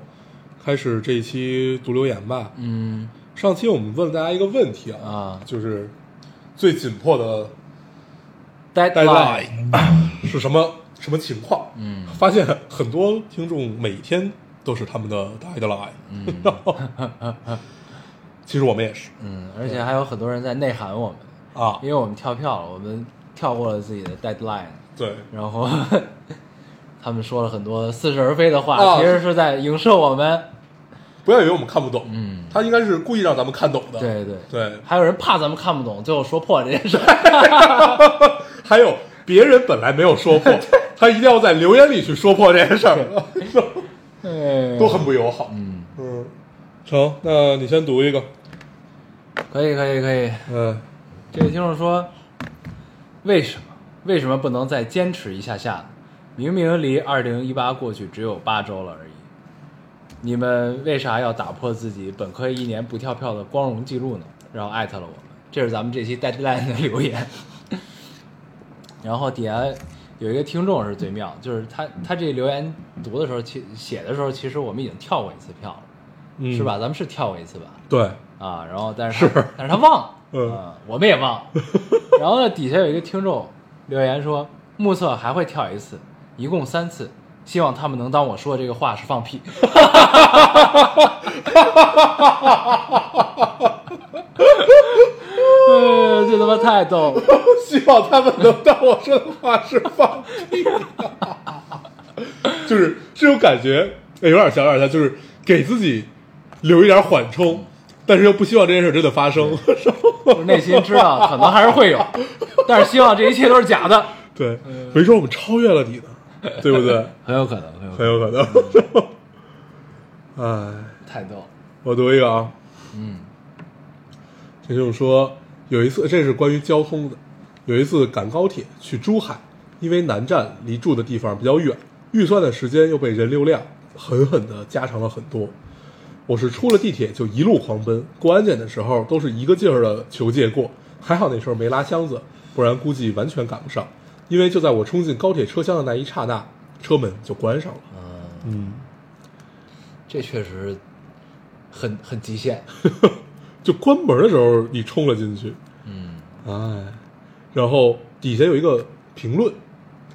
开始这一期读留言吧。
嗯
上期我们问了大家一个问题啊，
啊
就是最紧迫的
，deadline，
deadline 是什么什么情况？
嗯
发现很多听众每天都是他们的 deadline，
嗯
其实我们也是
嗯，而且还有很多人在内涵我们，
啊
因，为我们跳票了，我们跳过了自己的 deadline，
对，
然后 他们说了很多似是而非的话，
啊
其实是在影射我们。
不要以为我们看不懂，
嗯
他应该是故意让咱们看懂的。
对对，
对，
还有人怕咱们看不懂，最后说破这件事。
还有别人本来没有说破，他一定要在留言里去说破这件事儿，
哎
都很不友好。
嗯，
嗯，成，那你先读一个。
可以可以可以。
嗯，
这位听众说，为什么为什么不能再坚持一下下呢？明明离二零一八过去只有八周了而已，你们为啥要打破自己本科一年不跳票的光荣记录呢？然后艾特了我们，这是咱们这期 deadline 的留言。 然后底下有一个听众是最妙，就是他他这留言读的时候，其写的时候，其实我们已经跳过一次票了，
嗯
是吧？？咱们是跳过一次吧？
对，
啊，然后但是他
是
但是他忘了，
嗯
啊我们也忘 了。然后呢，底下有一个听众留言说，目测还会跳一次，一共三次，希望他们能当我说这个话是放屁。 哎呃，这他妈太逗 了！
希望他们能当我说的话是放屁，就是这种感觉，哎有点像，有点像，就是给自己留一点缓冲，但是又不希望这件事真的发生。
我内心知道可能还是会有，但是希望这一切都是假的，
对，没准我们超越了你呢，对不对？
很有可能，很有可
很
能，
有可能。 哎，
太逗了。
我读一个啊，
嗯
这就是说有一次，这是关于交通的。有一次赶高铁去珠海，因为南站离住的地方比较远，预算的时间又被人流量狠狠的加长了很多。我是出了地铁就一路狂奔，过安检的时候都是一个劲儿的求借过，还好那时候没拉箱子，不然估计完全赶不上。因为就在我冲进高铁车厢的那一刹那，车门就关上了。
嗯。
嗯，
这确实很很极限。
就关门的时候你冲了进去，
嗯
哎，然后底下有一个评论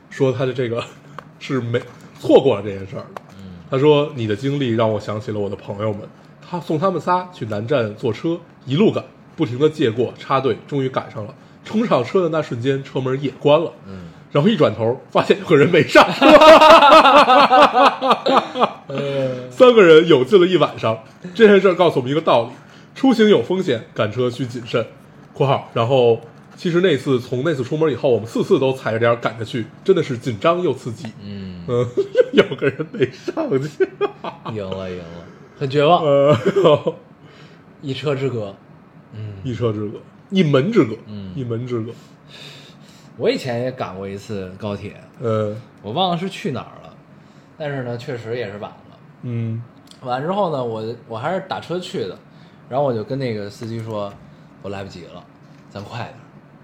说他的这个是没错过了这件事儿。
嗯
他说你的经历让我想起了我的朋友们，他送他们仨去南站坐车，一路赶，不停的借过插队，终于赶上了。冲上车的那瞬间，车门也关了。
嗯，
然后一转头，发现有个人没上车，三个人有劲了一晚上。这件事儿告诉我们一个道理：出行有风险，赶车需谨慎。（括号）然后，其实那次从那次出门以后，我们四次都踩着点儿赶着去，真的是紧张又刺激。
嗯，
嗯， 有个人没上去，
赢了赢了，很绝望，
呃，
一车之隔。嗯，
一车之隔，一门之隔，
嗯
一门之隔。
我以前也赶过一次高铁，
呃，
我忘了是去哪儿了，但是呢，确实也是晚了。
嗯
完之后呢，我我还是打车去的，然后我就跟那个司机说，我来不及了，咱快点儿。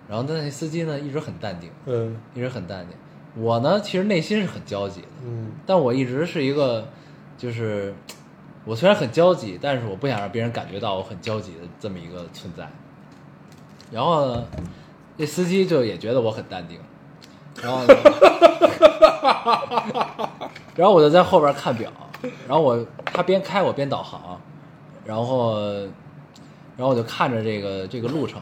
然后但那司机呢一直很淡定，
嗯
一直很淡定。我呢其实内心是很焦急的，
嗯
但我一直是一个，就是我虽然很焦急，但是我不想让别人感觉到我很焦急的这么一个存在。然后呢，这司机就也觉得我很淡定，然后呢， 然后我就在后边看表，然后我他边开我边导航，然后然后我就看着这个这个路程。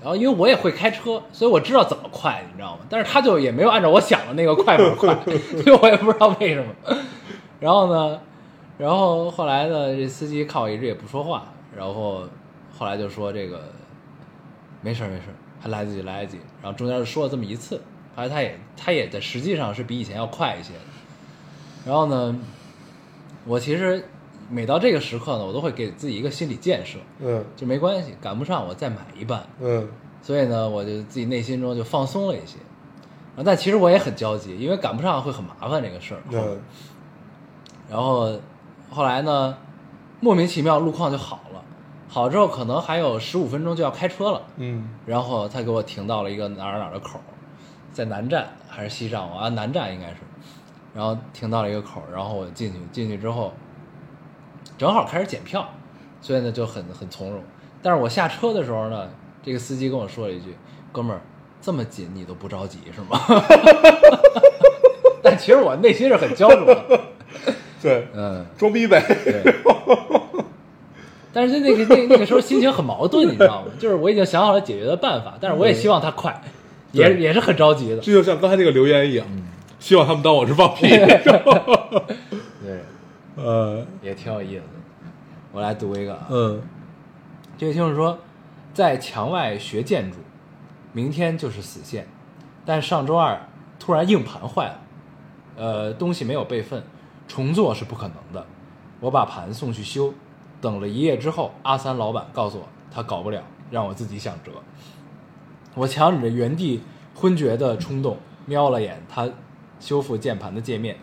然后，因为我也会开车，所以我知道怎么快，你知道吗？但是他就也没有按照我想的那个快法快，所以我也不知道为什么。然后呢，然后后来呢，这司机看我一直也不说话，然后后来就说这个没事儿没事儿，还来得及来得及。然后中间就说了这么一次，后来他也他也在实际上是比以前要快一些的。然后呢，我其实每到这个时刻呢，我都会给自己一个心理建设，
嗯
就没关系，赶不上我再买一半。
嗯
所以呢，我就自己内心中就放松了一些。啊但其实我也很焦急，因为赶不上会很麻烦这个事儿。
嗯
然后后来呢，莫名其妙路况就好了，好之后可能还有十五分钟就要开车了，
嗯
然后他给我停到了一个哪儿哪儿的口儿，在南站还是西站我啊南站应该是，然后停到了一个口儿，然后我进去，进去之后正好开始检票，所以呢就很很从容。但是我下车的时候呢，这个司机跟我说了一句：“哥们儿，这么紧你都不着急是吗？” 但其实我内心是很焦灼的，
对，
嗯。
装逼呗，
对，但是那个那那个时候心情很矛盾，你知 道吗？就是我已经想好了解决的办法，但是我也希望他快，
对
也也是很着急的。
这就像刚才那个留言一样，
嗯
希望他们当我是放屁。
对，
呃
也挺有意思的。我来读一个啊，
嗯
这位听众说，在墙外学建筑，明天就是死线，但上周二突然硬盘坏了，呃，东西没有备份，重做是不可能的。我把盘送去修，等了一夜之后，阿三老板告诉我他搞不了，让我自己想辙。我强忍着原地昏厥的冲动，瞄了眼他修复键盘的界面，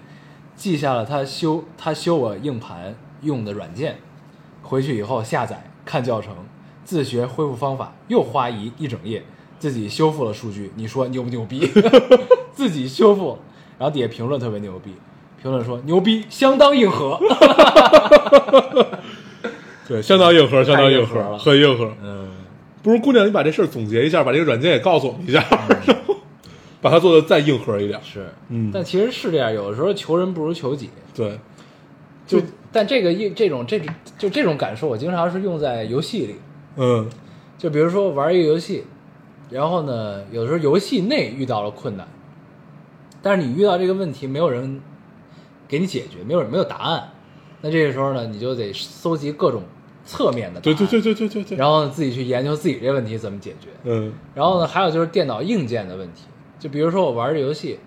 记下了他修他修我硬盘用的软件，回去以后下载看教程，自学恢复方法，又花一一整夜，自己修复了数据。你说牛不牛逼？ 自己修复了，然后底下评论特别牛逼，评论说牛逼，相当硬核。
对，相当硬核，相当硬
太硬核
核，
了
很硬核。
嗯，
不如姑娘，你把这事儿总结一下，把这个软件也告诉我们一下，把它做的再硬核一点。
是，
嗯
但其实是这样，有的时候求人不如求己。
对，
就但这个一这种这种就这种感受，我经常是用在游戏里。
嗯
就比如说玩一个游戏，然后呢，有的时候游戏内遇到了困难，但是你遇到这个问题，没有人给你解决，没有没有答案，那这个时候呢，你就得搜集各种侧面的答
对
案，
对对对对对对，
然后自己去研究自己这问题怎么解决。
嗯
然后呢，还有就是电脑硬件的问题，就比如说我玩这游戏，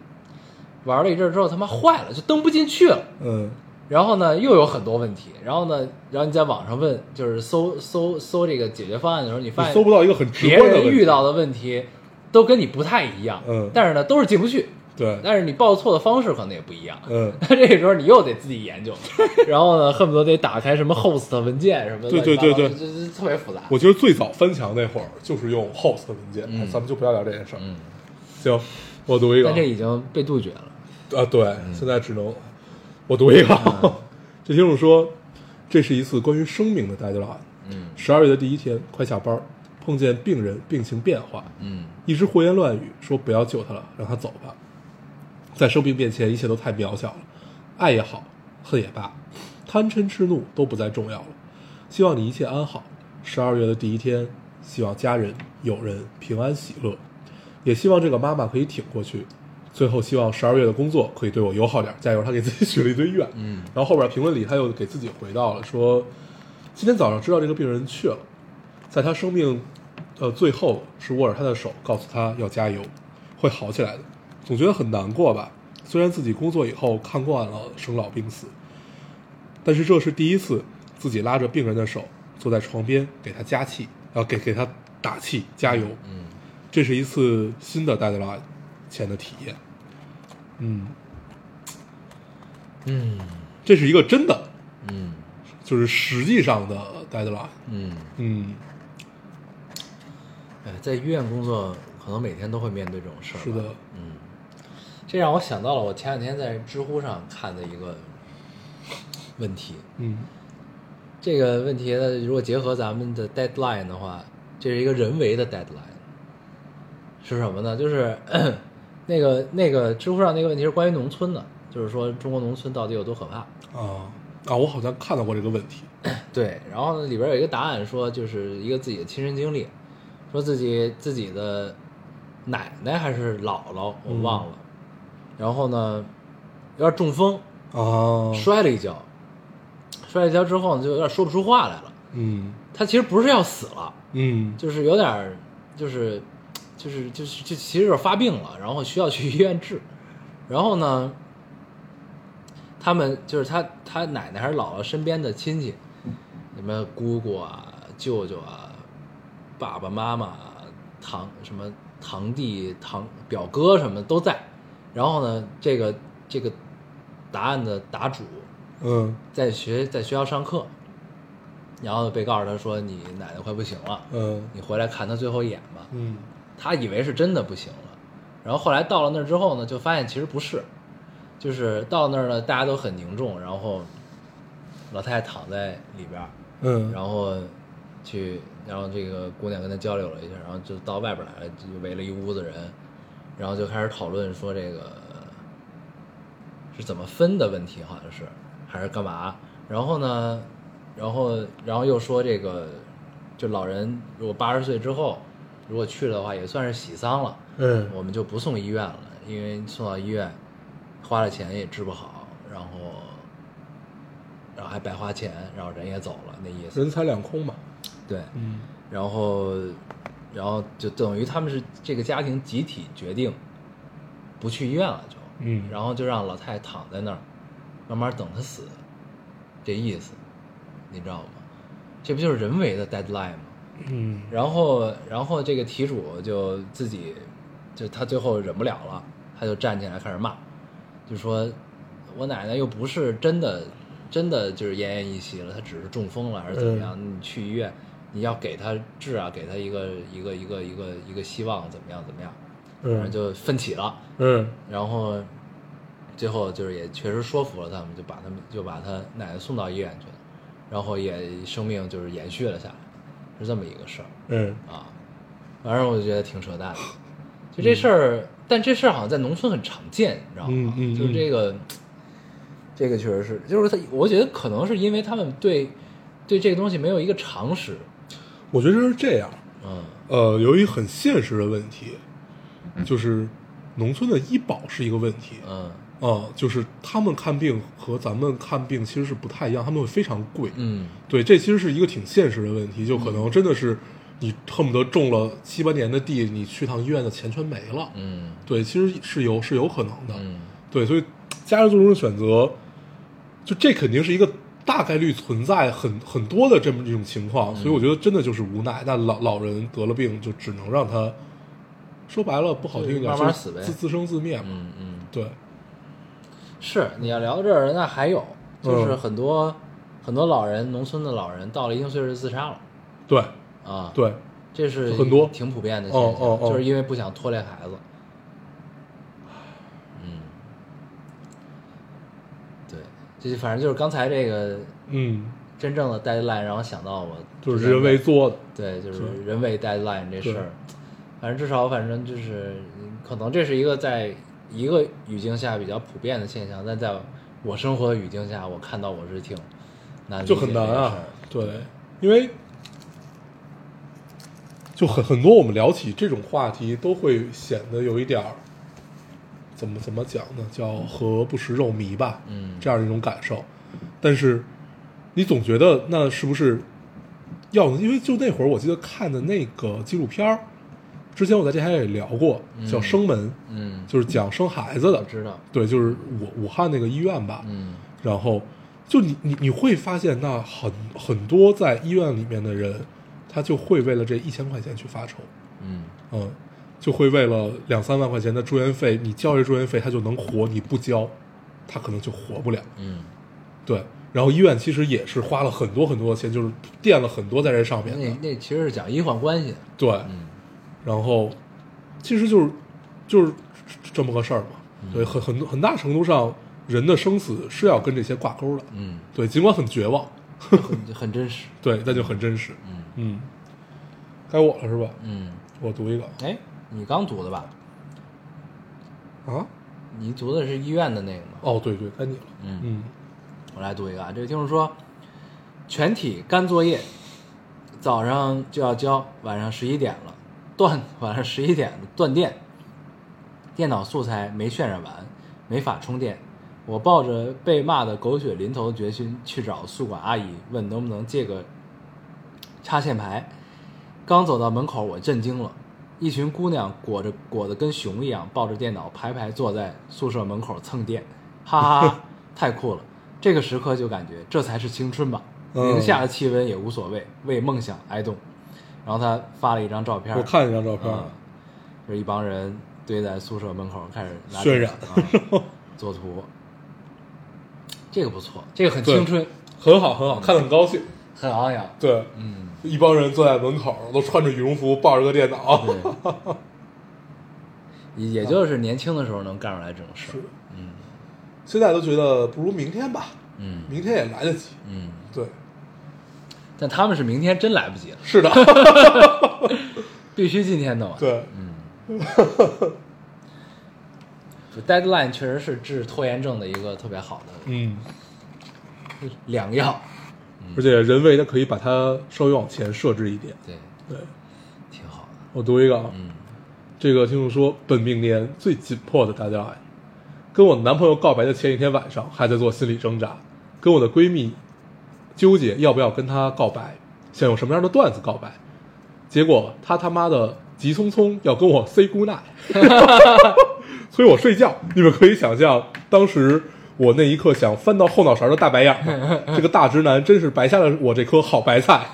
玩了一阵儿之后，他妈坏了，就登不进去了。
嗯
然后呢，又有很多问题。然后呢，然后你在网上问，就是搜搜搜这个解决方案的时候，你发
你
现
搜不到一个很直
别
观的
人
问
遇
题。
到的问题都跟你不太一样，
嗯
但是呢都是进不去，
对，
但是你报错的方式可能也不一样。
嗯，
那这个时候你又得自己研究， 然后呢，恨不得得打开什么 host 文件什么的，
对对对对
这这这特别复杂。
我觉得最早翻墙那会儿就是用 host 的文件，
嗯
哎咱们就不要聊这件事儿。
嗯，
行，我读一个
但这已经被杜绝了。
啊，对，现在只能我读一个。 这听众说，这是一次关于生命的大家案。
嗯
十二月的第一天，快下班儿，碰见病人病情变化，
嗯
一直胡言乱语，说不要救他了，让他走吧。在生病面前，一切都太渺小了，爱也好，恨也罢，贪嗔痴怒都不再重要了。希望你一切安好。十二月的第一天，希望家人、友人平安喜乐，也希望这个妈妈可以挺过去。最后，希望十二月的工作可以对我友好点儿，加油！他给自己 许了一堆愿，
嗯
然后后边评论里他又给自己回到了说，今天早上知道这个病人去了，在他生命，呃，最后是握着他的手，告诉他要加油，会好起来的。总觉得很难过吧？虽然自己工作以后看惯了生老病死，但是这是第一次自己拉着病人的手，坐在床边给他加气，啊，给给他打气加油。
嗯，
这是一次新的带 deadline 前的体验。嗯
嗯
这是一个真的
嗯
就是实际上的 deadline。
嗯，
嗯，
哎，在医院工作，可能每天都会面对这种事儿。
是的，
嗯，这让我想到了我前两天在知乎上看的一个问题。
嗯
这个问题呢，如果结合咱们的 deadline 的话，这是一个人为的 deadline，是什么呢？就是 那个那个知乎上那个问题是关于农村的，就是说中国农村到底有多可怕？
啊啊，我好像看到过这个问题。
对，然后呢里边有一个答案说，就是一个自己的亲身经历，说自己自己的奶奶还是姥姥，我忘了，然后呢有点中风，
啊，
摔了一跤，摔了一跤之后呢就有点说不出话来了。
嗯
他其实不是要死了，
嗯
就是有点儿，就是，就是，就是，就其实有点发病了，然后需要去医院治。然后呢，他们就是他他奶奶还是姥姥身边的亲戚，什么姑姑啊、舅舅啊、爸爸妈妈啊、堂什么堂弟、堂表哥什么都在。然后呢，这个这个答案的答主
嗯
在学在学校上课，然后被告诉他说你奶奶快不行了，
嗯
你回来看她最后一眼吧。
嗯
他以为是真的不行了，然后后来到了那儿之后呢，就发现其实不是，就是到那儿呢，大家都很凝重，然后老太太躺在里边儿，
嗯，
然后去，然后这个姑娘跟她交流了一下，然后就到外边来了，就围了一屋子人，然后就开始讨论说这个是怎么分的问题，好像是还是干嘛？然后呢，然后然后又说这个，就老人如果八十岁之后如果去了的话，也算是喜丧了，
嗯
我们就不送医院了，因为送到医院花了钱也治不好，然后然后还白花钱，然后人也走了，那意思。
人财两空嘛，
对，
嗯
然后然后就等于他们是这个家庭集体决定不去医院了就，
嗯
然后就让老太太躺在那儿，慢慢等她死，这意思，你知道吗？这不就是人为的 deadline 吗？
嗯
然后，然后这个题主就自己，就他最后忍不了了，他就站起来开始骂，就说：“我奶奶又不是真的，真的就是奄奄一息了，她只是中风了还是怎么样？你去医院，你要给她治啊，给她一个一个一个一个一个希望，怎么样怎么样？”反正
嗯
就奋起了，
嗯
然后最后就是也确实说服了他们，就把他们就把他奶奶送到医院去了，然后也生命就是延续了下来，是这么一个事儿。
嗯
啊，反正我就觉得挺扯淡的。就这事儿，但这事儿好像在农村很常见，你知道吗？
嗯嗯嗯
就是这个，这个确实是，就是他，我觉得可能是因为他们对对这个东西没有一个常识，
我觉得是这样，
嗯
呃，有一很现实的问题，嗯就是农村的医保是一个问题啊、
嗯
就是他们看病和咱们看病其实是不太一样，他们会非常贵。
嗯
对，这其实是一个挺现实的问题，就可能真的是你恨不得种了七八年的地，你去趟医院的钱全没了。
嗯
对，其实是有是有可能的。
嗯
对，所以家人做出的选择，就这肯定是一个大概率存在很很多的这么一种情况，所
嗯
以我觉得真的就是无奈。那老老人得了病，就只能让他说白了不好听一点，
就是慢慢
就是
死呗
自自生自灭嘛。
嗯嗯，
对，
是你要聊到这儿，那还有就是
嗯
很多、很多老人，农村的老人到了一定岁数就自杀了
对，
啊，，
对，
这是
很多
挺普遍的现象，
哦哦哦
就是因为不想拖累孩子。嗯，对，这就反正就是刚才这个
嗯，
真正的 deadline 让我想到我
就是人为作的。
对，就是
对
人为 deadline 这
对
事儿。反正至少反正就是，可能这是一个在一个语境下比较普遍的现象，但在我生活语境下，我看到我是挺难理
就很
解这
难
个
啊
事儿。
对，因为就很很多我们聊起这种话题，都会显得有一点儿怎么怎么讲呢？叫“何不食肉糜”吧，
嗯
这样一种感受。但是你总觉得那是不是要？因为就那会儿我记得看的那个纪录片儿，之前我在这台也聊过，叫
嗯
《生门》，
嗯，
就是讲生孩子的
我。知道，
对，就是武武汉那个医院吧，
嗯
然后就你你你会发现，那很很多在医院里面的人，他就会为了这一千块钱去发愁，
嗯
嗯，就会为了两三万块钱的住院费，你交这住院费他就能活，你不交，他可能就活不了。
嗯。
对，然后医院其实也是花了很多很多的钱，就是垫了很多在这上面
那
的。
那其实是讲医患关系的，
对，
嗯
然后其实就是就是这么个事儿嘛。对，很很很大程度上，人的生死是要跟这些挂钩的。
嗯，
对，尽管很绝望，
很很真实，
对，那就很真实。
嗯
嗯，该我了是吧？
嗯，
我读一个
哎，你刚读的吧？
啊？
你读的是医院的那个吗？
哦，对对，该你了。
嗯
嗯
我来读一个啊，这个听众说，全体干作业，早上就要交，晚上十一点了，断晚上十一点了断电，电脑素材没渲染完，没法充电。我抱着被骂的狗血淋头的决心去找宿管阿姨，问能不能借个插线排。刚走到门口，我震惊了，一群姑娘裹着 裹得跟熊一样，抱着电脑排排坐在宿舍门口蹭电，哈哈哈，太酷了！这个时刻就感觉这才是青春吧，
嗯
零下的气温也无所谓，为梦想挨冻。然后他发了一张照片，
我看了一张照片，
嗯，就是一帮人堆在宿舍门口开始拿
渲染
纸啊做图，这个不错，这个很青春，
很好，
嗯
很好，看得很高兴。
很昂扬。
对，
嗯，
一帮人坐在门口，都穿着羽绒服，抱着个电脑。
对，也就是年轻的时候能干出来这种事儿。嗯
现在都觉得不如明天吧，
嗯
明天也来得及。
嗯，
对，
但他们是明天真来不及了，
是的，
必须今天弄啊完。
对，
就，deadline 确实是治拖延症的一个特别好的
嗯，
良药。
而且人为的可以把它稍微往前设置一点。
对，
对
挺好的。
我读一个啊，
嗯
这个听众说，本命年最紧迫的大家爱，跟我男朋友告白的前一天晚上还在做心理挣扎，跟我的闺蜜纠结要不要跟她告白，想用什么样的段子告白，结果她他妈的急匆匆要跟我 say good night，所以我睡觉。你们可以想象当时。我那一刻想翻到后脑勺的大白眼儿，这个大直男真是白瞎了我这颗好白菜。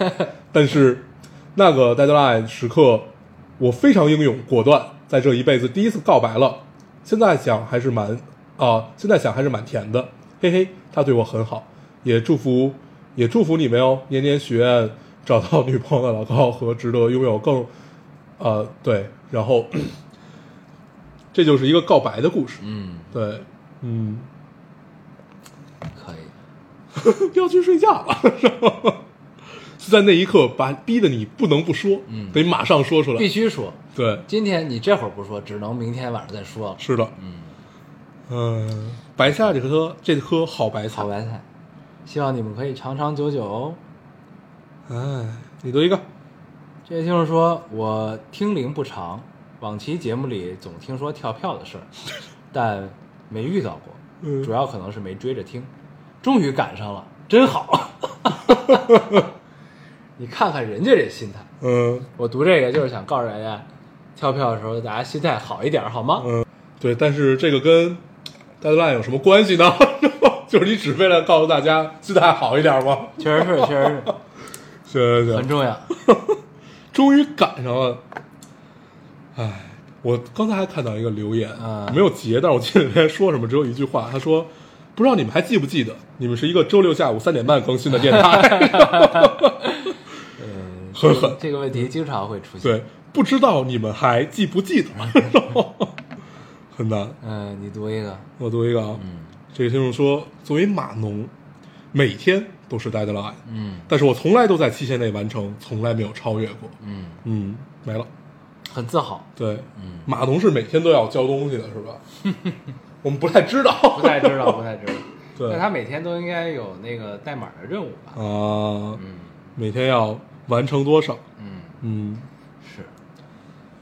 但是那个 deadline 时刻，我非常英勇果断，在这一辈子第一次告白了。现在想还是蛮啊、现在想还是蛮甜的，嘿嘿，他对我很好，也祝福 也祝福你们哦，年年许愿找到女朋友的老高和值得拥有更呃对，然后这就是一个告白的故事，
嗯，
对，嗯，
可以。
要去睡觉了， 是吧？是在那一刻把逼得你不能不说，
嗯
得马上说出来
必，须说，
对，
今天你这会儿不说，只能明天晚上再说了。
是的，
嗯，
嗯，白菜这颗这颗好白菜
好，白菜，希望你们可以长长久久哦。
哎，你读一个，
这位听众说，我听龄不长，往期节目里总听说跳票的事 儿，但没遇到过，
嗯
主，要可能是没追着听，终于赶上了，真 好。你看看人家这心态，
嗯
我读这个就是想告诉大家，跳票的时候大家心态好一点，好吗？
嗯，对，但是这个跟 deadline 有什么关系呢？ 就是你只为了告诉大家心态好一点吗？
确 实是，确实
行行
是
行
很，重要。
终于赶上了。哎，我刚才还看到一个留言，
啊
没有截，但是我记得他说什么，只有一句话，他说：“不知道你们还记不记得，你们是一个周六下午三点半更新的电台。
嗯，
很狠
这个问题经常会出”现。
对，不知道你们还记不记得， 很难。
嗯、你读一个，
我读一个啊，
嗯
这个听众说：“作为码农，每天都是 deadline，
嗯
但是我从来都在期限内完成，从来没有超越过。
嗯，”
嗯，没了。
很自豪，
对，
嗯，
码农是每天都要交东西的，是吧？ 我们不太知道，
不太知道，不太知道。
对
那他每天都应该有那个代码的任务吧？
啊，
嗯
每天要完成多少？
嗯，
嗯，
是。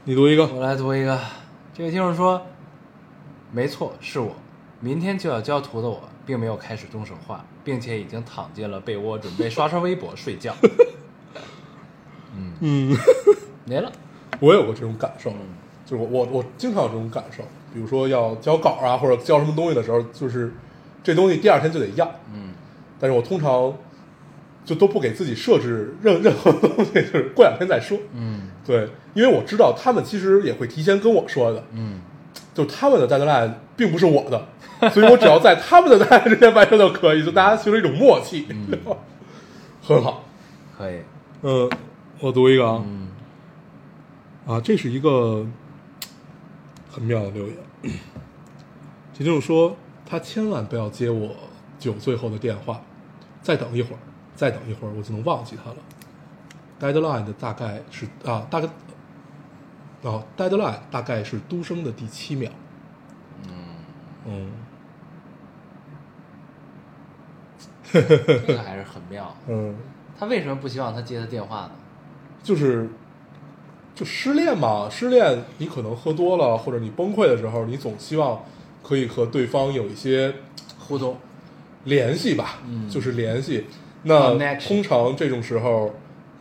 你读一个，
我来读一个，这位听众说：“没错，是我。明天就要交图的我，并没有开始动手画，并且已经躺进了被窝，准备刷刷微博睡 觉。
嗯，
没了，
我有过这种感受，
嗯
就是我我我经常有这种感受，比如说要交稿啊，或者交什么东西的时候，就是这东西第二天就得要，
嗯，
但是我通常就都不给自己设置任 任何东西，就是过两天再说，
嗯
对，因为我知道他们其实也会提前跟我说的，
嗯，
就是他们的 deadline 并不是我的，所以我只要在他们的 deadline 之前完成就可以，就大家形成一种默契， 很好。
可以，
嗯，我读一个啊，
嗯
啊，这是一个很妙的留言。 这就是说，他千万不要接我酒醉后的电话，再等一会儿，再等一会儿，我就能忘记他了。Deadline 的大概是啊，大概哦，Deadline 大概是嘟声的第七秒。嗯
这个还是很妙。
嗯，
他为什么不希望他接他电话呢？
就是就失恋嘛，失恋你可能喝多了，或者你崩溃的时候，你总希望可以和对方有一些
互动，
联系吧，
嗯
就是联系。那
Connection
通常这种时候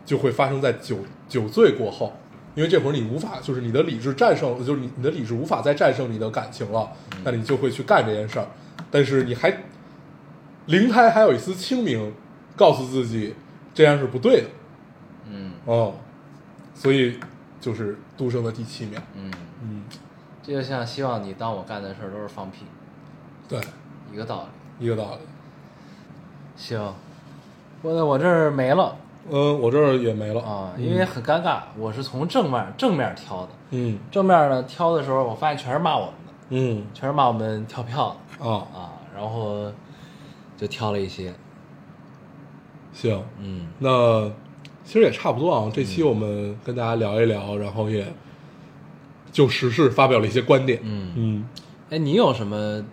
就会发生在酒酒醉过后，因为这会儿你无法，就是你的理智战胜，就是你你的
嗯
理智无法再战胜你的感情了，那你就会去干这件事儿。但是你还灵台还有一丝清明，告诉自己这样是不对的
嗯
哦，所以就是杜生的第七秒，
嗯，
嗯，
这就像希望你当我干的事儿都是放屁
对，
一个道理。
一个道理。
行，我的我这儿没了
嗯，我这儿也没了
啊，因为很尴尬，我是从正面正面挑的，
嗯
正面呢挑的时候，我发现全是骂我们的，
嗯
全是骂我们跳票的
啊，
啊，然后就挑了一些，
行，
嗯
那其实也差不多啊。这期我们跟大家聊一聊，然后也就时事发表了一些观点。
嗯，
嗯，
哎，你有什么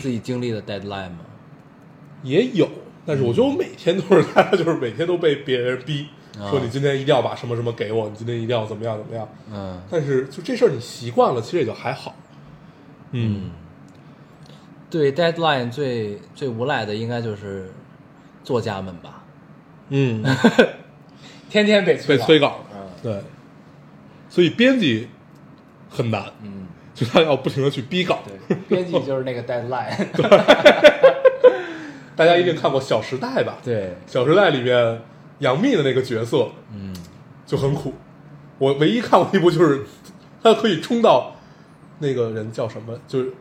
自己经历的 deadline 吗？
也有，但是我觉得我每天都是， 大家就是每天都被别人逼，
啊
说你今天一定要把什么什么给我，你今天一定要怎么样怎么样。
嗯
但是就这事儿你习惯了，其实也就还好。嗯，
对 deadline 最最无赖的应该就是作家们吧，
嗯，
天天被催
被
稿
催稿
嗯
了，对，所以编辑很难，
嗯，
就他要不停的去逼稿。
对，编辑就是那个 deadline，
大家一定看过《小时代》吧？
对，
《小时代》里面杨幂的那个角色
嗯
就很苦。我唯一看过一部就是她可以冲到那个人叫什么，就是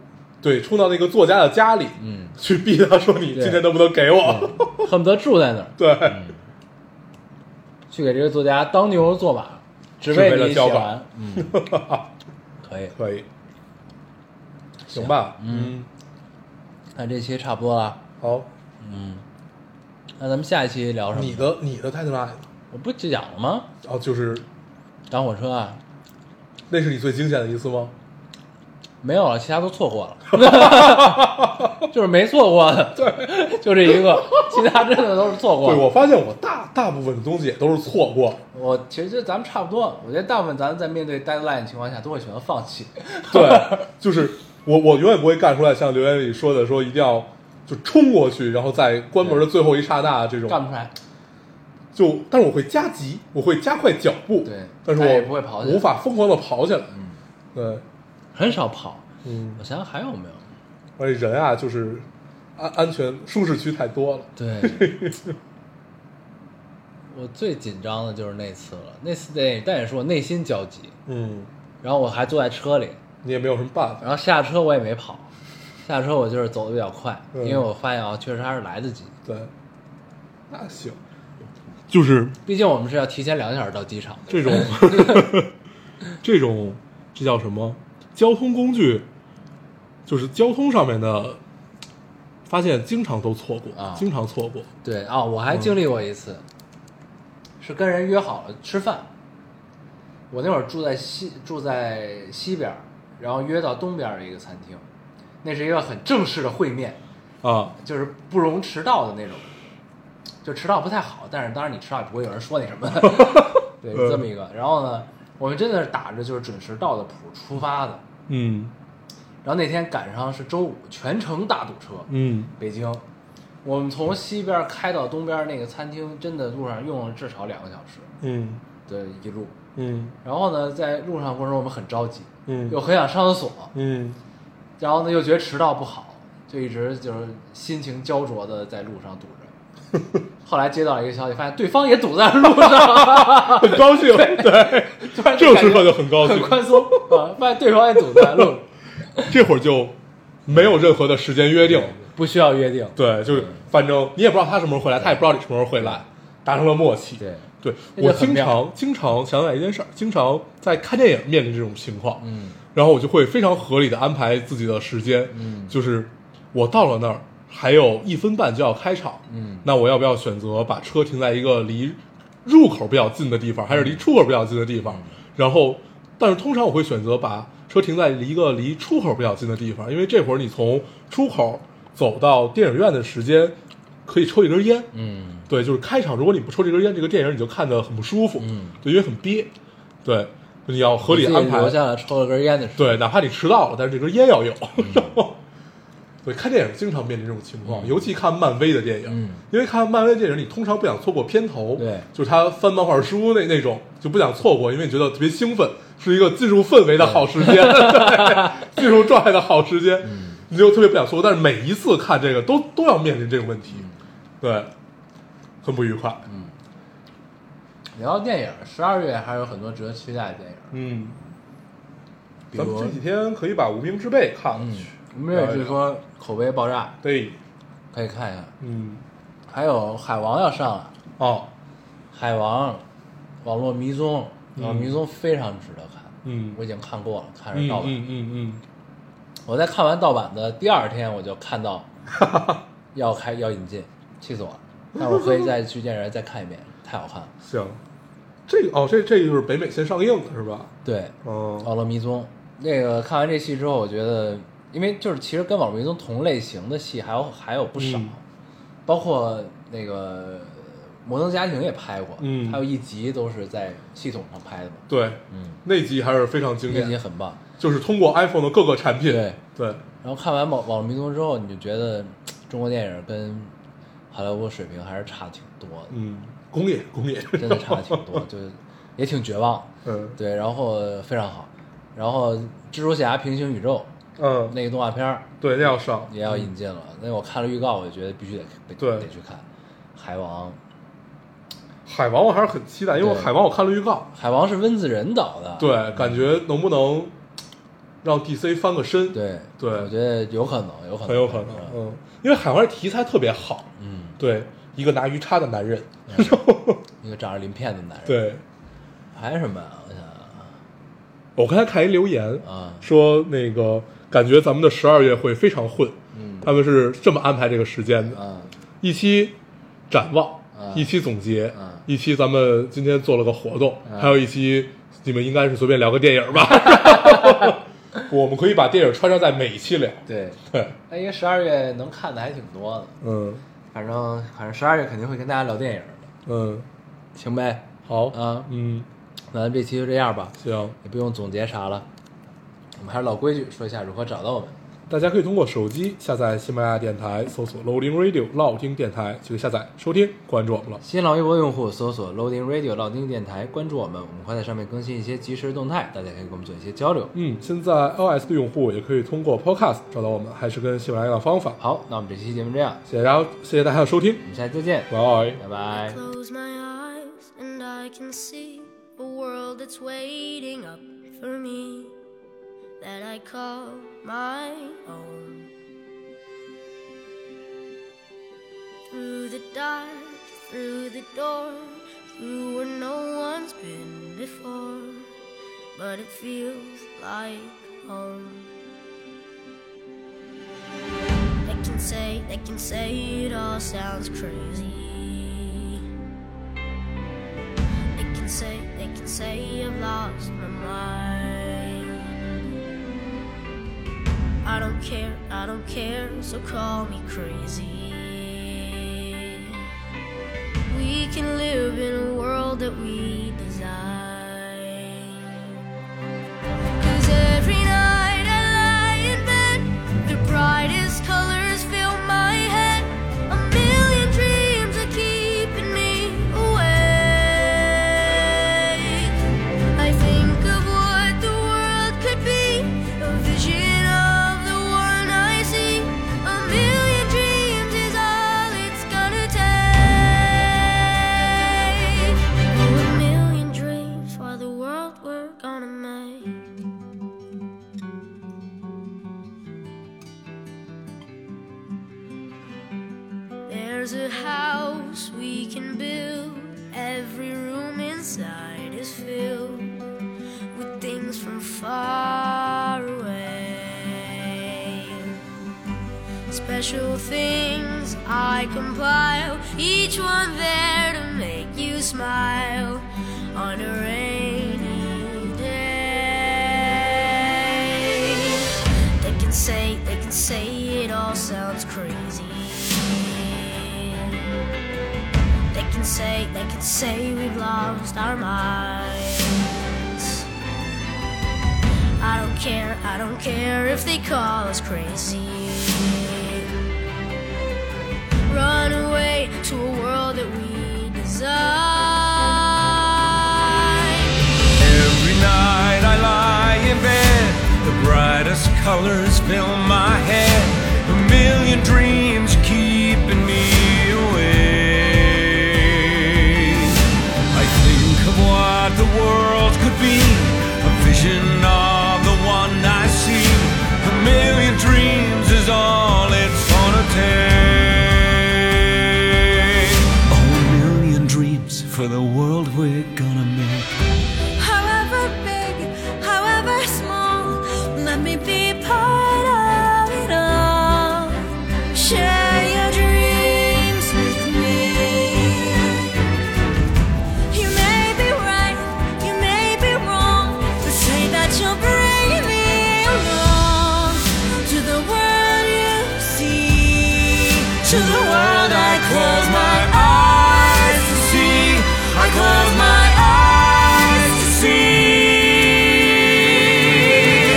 对冲到那个作家的家里
嗯，
去逼他说：“你
对嗯
今天能不能给我
恨不得住在那儿？”
对，
去给这个作家当牛做马，只
为了
你写
交稿
完，嗯，可以，
可以，行吧？嗯，
那这期差不多了，
好，
那咱们下一期聊什么？
你的你的 deadline
我不就讲了吗？
哦，就是
赶火车啊，
那是你最惊险的一次吗？
没有了，其他都错过了， 就是没错过的，对，就这一个，其他真的都是错过
对，
的。
我发现我大大部分的东西也都是错过了。
我其实咱们差不多，我觉得大部分咱们在面对 deadline 的情况下都会选择放弃。
对， 就是我我永远不会干出来像留言里说的，说一定要就冲过去，然后在关门的最后一刹那这
干
种。
不出来。
就，但是我会加急，我会加快脚步。
对
但是
但也
我
不会跑起来
无法疯狂的跑起来。
嗯，
对，
很少跑。
嗯，
我想想还有没有？
而且人啊，就是安安全舒适区太多了。
对， 我最紧张的就是那次了。那次得，但也是我内心焦急。
嗯，
然后我还坐在车里，
你也没有什么办法。
然后下车我也没跑，下车我就是走的比较快，
嗯
因为我发现啊，确实还是来得及。
对，那行，就是
毕竟我们是要提前两小时到机场的。
这种这种这叫什么交通工具？就是交通上面的，发现经常都错过，
啊
经常错过。
对啊、我还经历过一次，是跟人约好了吃饭。我那会儿住在西住在西边儿，然后约到东边儿的一个餐厅，那是一个很正式的会面，
啊，
就是不容迟到的那种。就迟到不太好，但是当然你迟到也不会有人说你什么， 对，是这么一个。然后呢，我们真的是打着就是准时到的谱出发的。
嗯
然后那天赶上是周五，全程大堵车，
嗯
北京，我们从西边开到东边那个餐厅，真的路上用了至少两个小时
嗯
的一路。
嗯
然后呢，在路上过程中我们很着急，
嗯
又很想上厕所，
嗯
然后呢又觉得迟到不好，就一直就是心情焦灼的在路上堵着。后来接到一个消息，发现对方也堵在路 上，
很高兴，对，
突然
这
就
种
感
时
觉
候就很高兴
很，宽松啊，发现对方也堵在路上，
这会儿就没有任何的时间约定，
不需要约定，
对，就是反正你也不知道他什么时候回来，他也不知道你什么时候回来，达成了默契，
对，
对
那就
我
很
经
妙
常经常想起来一件事儿，经常在看电影面临这种情况，
嗯
然后我就会非常合理的安排自己的时间，
嗯
就是我到了那儿还有一分半就要开场，
嗯
那我要不要选择把车停在一个离入口比较近的地方，还是离出口比较近的地方？
嗯
然后，但是通常我会选择把车停在一个离出口比较近的地方，因为这会儿你从出口走到电影院的时间可以抽一根烟，
嗯
对，就是开场，如果你不抽这根烟，这个电影你就看得很不舒服，
嗯
对，因为很憋，对，你要合理
自己
安排
留，下了抽了根烟的时候，
对，哪怕你迟到了，但是这根烟要有。
嗯
然后，对，看电影经常面临这种情况，尤其看漫威的电影，
嗯
因为看漫威电影，你通常不想错过片头，
对
就是他翻漫画书那那种就不想错过，因为你觉得特 别兴奋，是一个进入氛围的好时间，对进入状态的好时间。
嗯
你就特别不想说。但是每一次看这个都都要面临这个问题，
嗯
对，很不愉快。
聊到电影，十二月还有很多值得期待的电影，
嗯，
比
咱们
如
这几天可以把《无名之辈》看了
嗯
去，，
我们也是说口碑爆炸，
对，
可以看一下。
嗯，
还有《海王》要上了，
哦，
《海王》网络迷踪，
嗯
网络迷踪非常值得看，
嗯
我已经看过了，看
嗯
是盗版。
嗯嗯
我在看完盗版的第二天，我就看 到要开要引进，气死我了！但我可以再去电影院再看一遍，太好看了
嗯，。行，这个哦，这这就是北美先上映的是吧？
对，《
哦，
网络迷踪》那个看完这戏之后，我觉得，因为就是其实跟《网络迷踪》同类型的戏还有还有不少，
嗯
包括那个《摩登家庭》也拍过，
嗯
还有一集都是在系统上拍的嘛，
对，
嗯，
那集还是非常经
那集
典，
很棒。
就是通过 iPhone 的各个产品，
对
对，
然后看完《网网络迷踪》之后，你就觉得中国电影跟好莱坞水平还是差挺多的。
嗯，工业工业，
真的差挺多，就是也挺绝望。
嗯
对，然后非常好，然后蜘蛛侠平行宇宙
嗯，
那个动画片儿
对，那要上，
也要引进了，那我看了预告，我就觉得必须得
对
得得去看。海王，
海王我还是很期待，因为
对
海王我看了预告，
海王是温子仁导的，
对，感觉能不能让 DC 翻个身？，
对
对
我觉得有可能，有可能，
很有可能，嗯，因为海王题材特别好，
嗯，
对，一个拿鱼叉的男人，
一个长着鳞片的男人。，
对
还有什么啊呀？我想想
我刚才看一留言
啊，啊，
说那个感觉咱们的十二月会非常混，
嗯
他们是这么安排这个时间的，
嗯
一期展望
嗯，
一期总结
嗯，
一期咱们今天做了个活动，
嗯
还有一期你们应该是随便聊个电影吧， 我们可以把电影穿插在每一期聊，
对，
对，
那因为十二月能看的还挺多的，
嗯
反正反正十二月肯定会跟大家聊电影的，
嗯，
行呗。
好，
啊，
嗯，
那咱这期就这样吧，
行，
也不用总结啥了。我们还是老规矩，说一下如何找到我们。
大家可以通过手机下载喜马拉雅电台，搜索 Loading Radio 老听电台就可以下载收听，关注我们了。
新浪微博用户搜索 Loading Radio 老丁电台，关注我们，我们会在上面更新一些即时动态，大家可以跟我们做一些交流。
嗯，现在 iOS 的用户也可以通过 Podcast 找到我们，还是跟喜马拉雅的方法。
好，那我们这期节目这样，
谢谢大家，谢谢大家的收听，
我们下期再见，
拜拜。
拜拜。
Close my eyes and I can see a world that's waiting up for me that I call my own. Through the dark, through the door, through where no one's been before, but it feels like home. They can say, they can say it all sounds crazy. They can say, they can say I've lost my mind. I don't care, I don't care, so call me crazy. We can live in a world that we design. Cause every night I lie in bed, the brightest colors fill my head. A million dreams are keeping me awake. I think of what the world could be, a vision of the one I see. A million dreams is all it's gonna take. Oh, a million dreams for the world we're gonna make. There's a house we can build. Every room inside is filled with things from far away. Special things I compile, each one there to make you smile on a rainy day. They can say, they can say it all sounds crazy. They can say, they can say we've lost our minds. I don't care, I don't care if they call us crazy. Run away to a world that we design.
Every night I lie in bed, the brightest endless colors fill my head. A million dreams keeping me awake. I think of what the world could be. A vision of the one I see. A million dreams is all it's gonna take. A million dreams for the world we're gonna make.
However big, however small, let me be part of it all. Share your dreams with me. You may be right, you may be wrong, but say that you'll bring me along to the world you see, to the world I close my eyes to see. I close my eyes to see.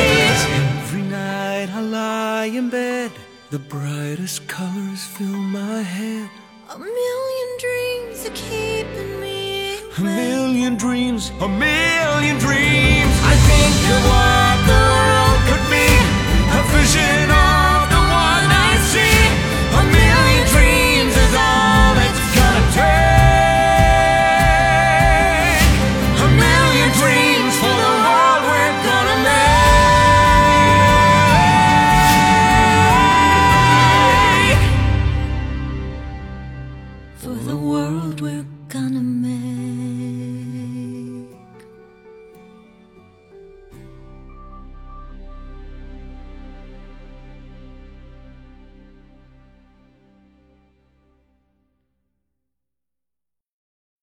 Every night I lie in bed, the brightest colors fill my head.
A million dreams are keeping me
A
awake.
million dreams, a million dreams. I think of what the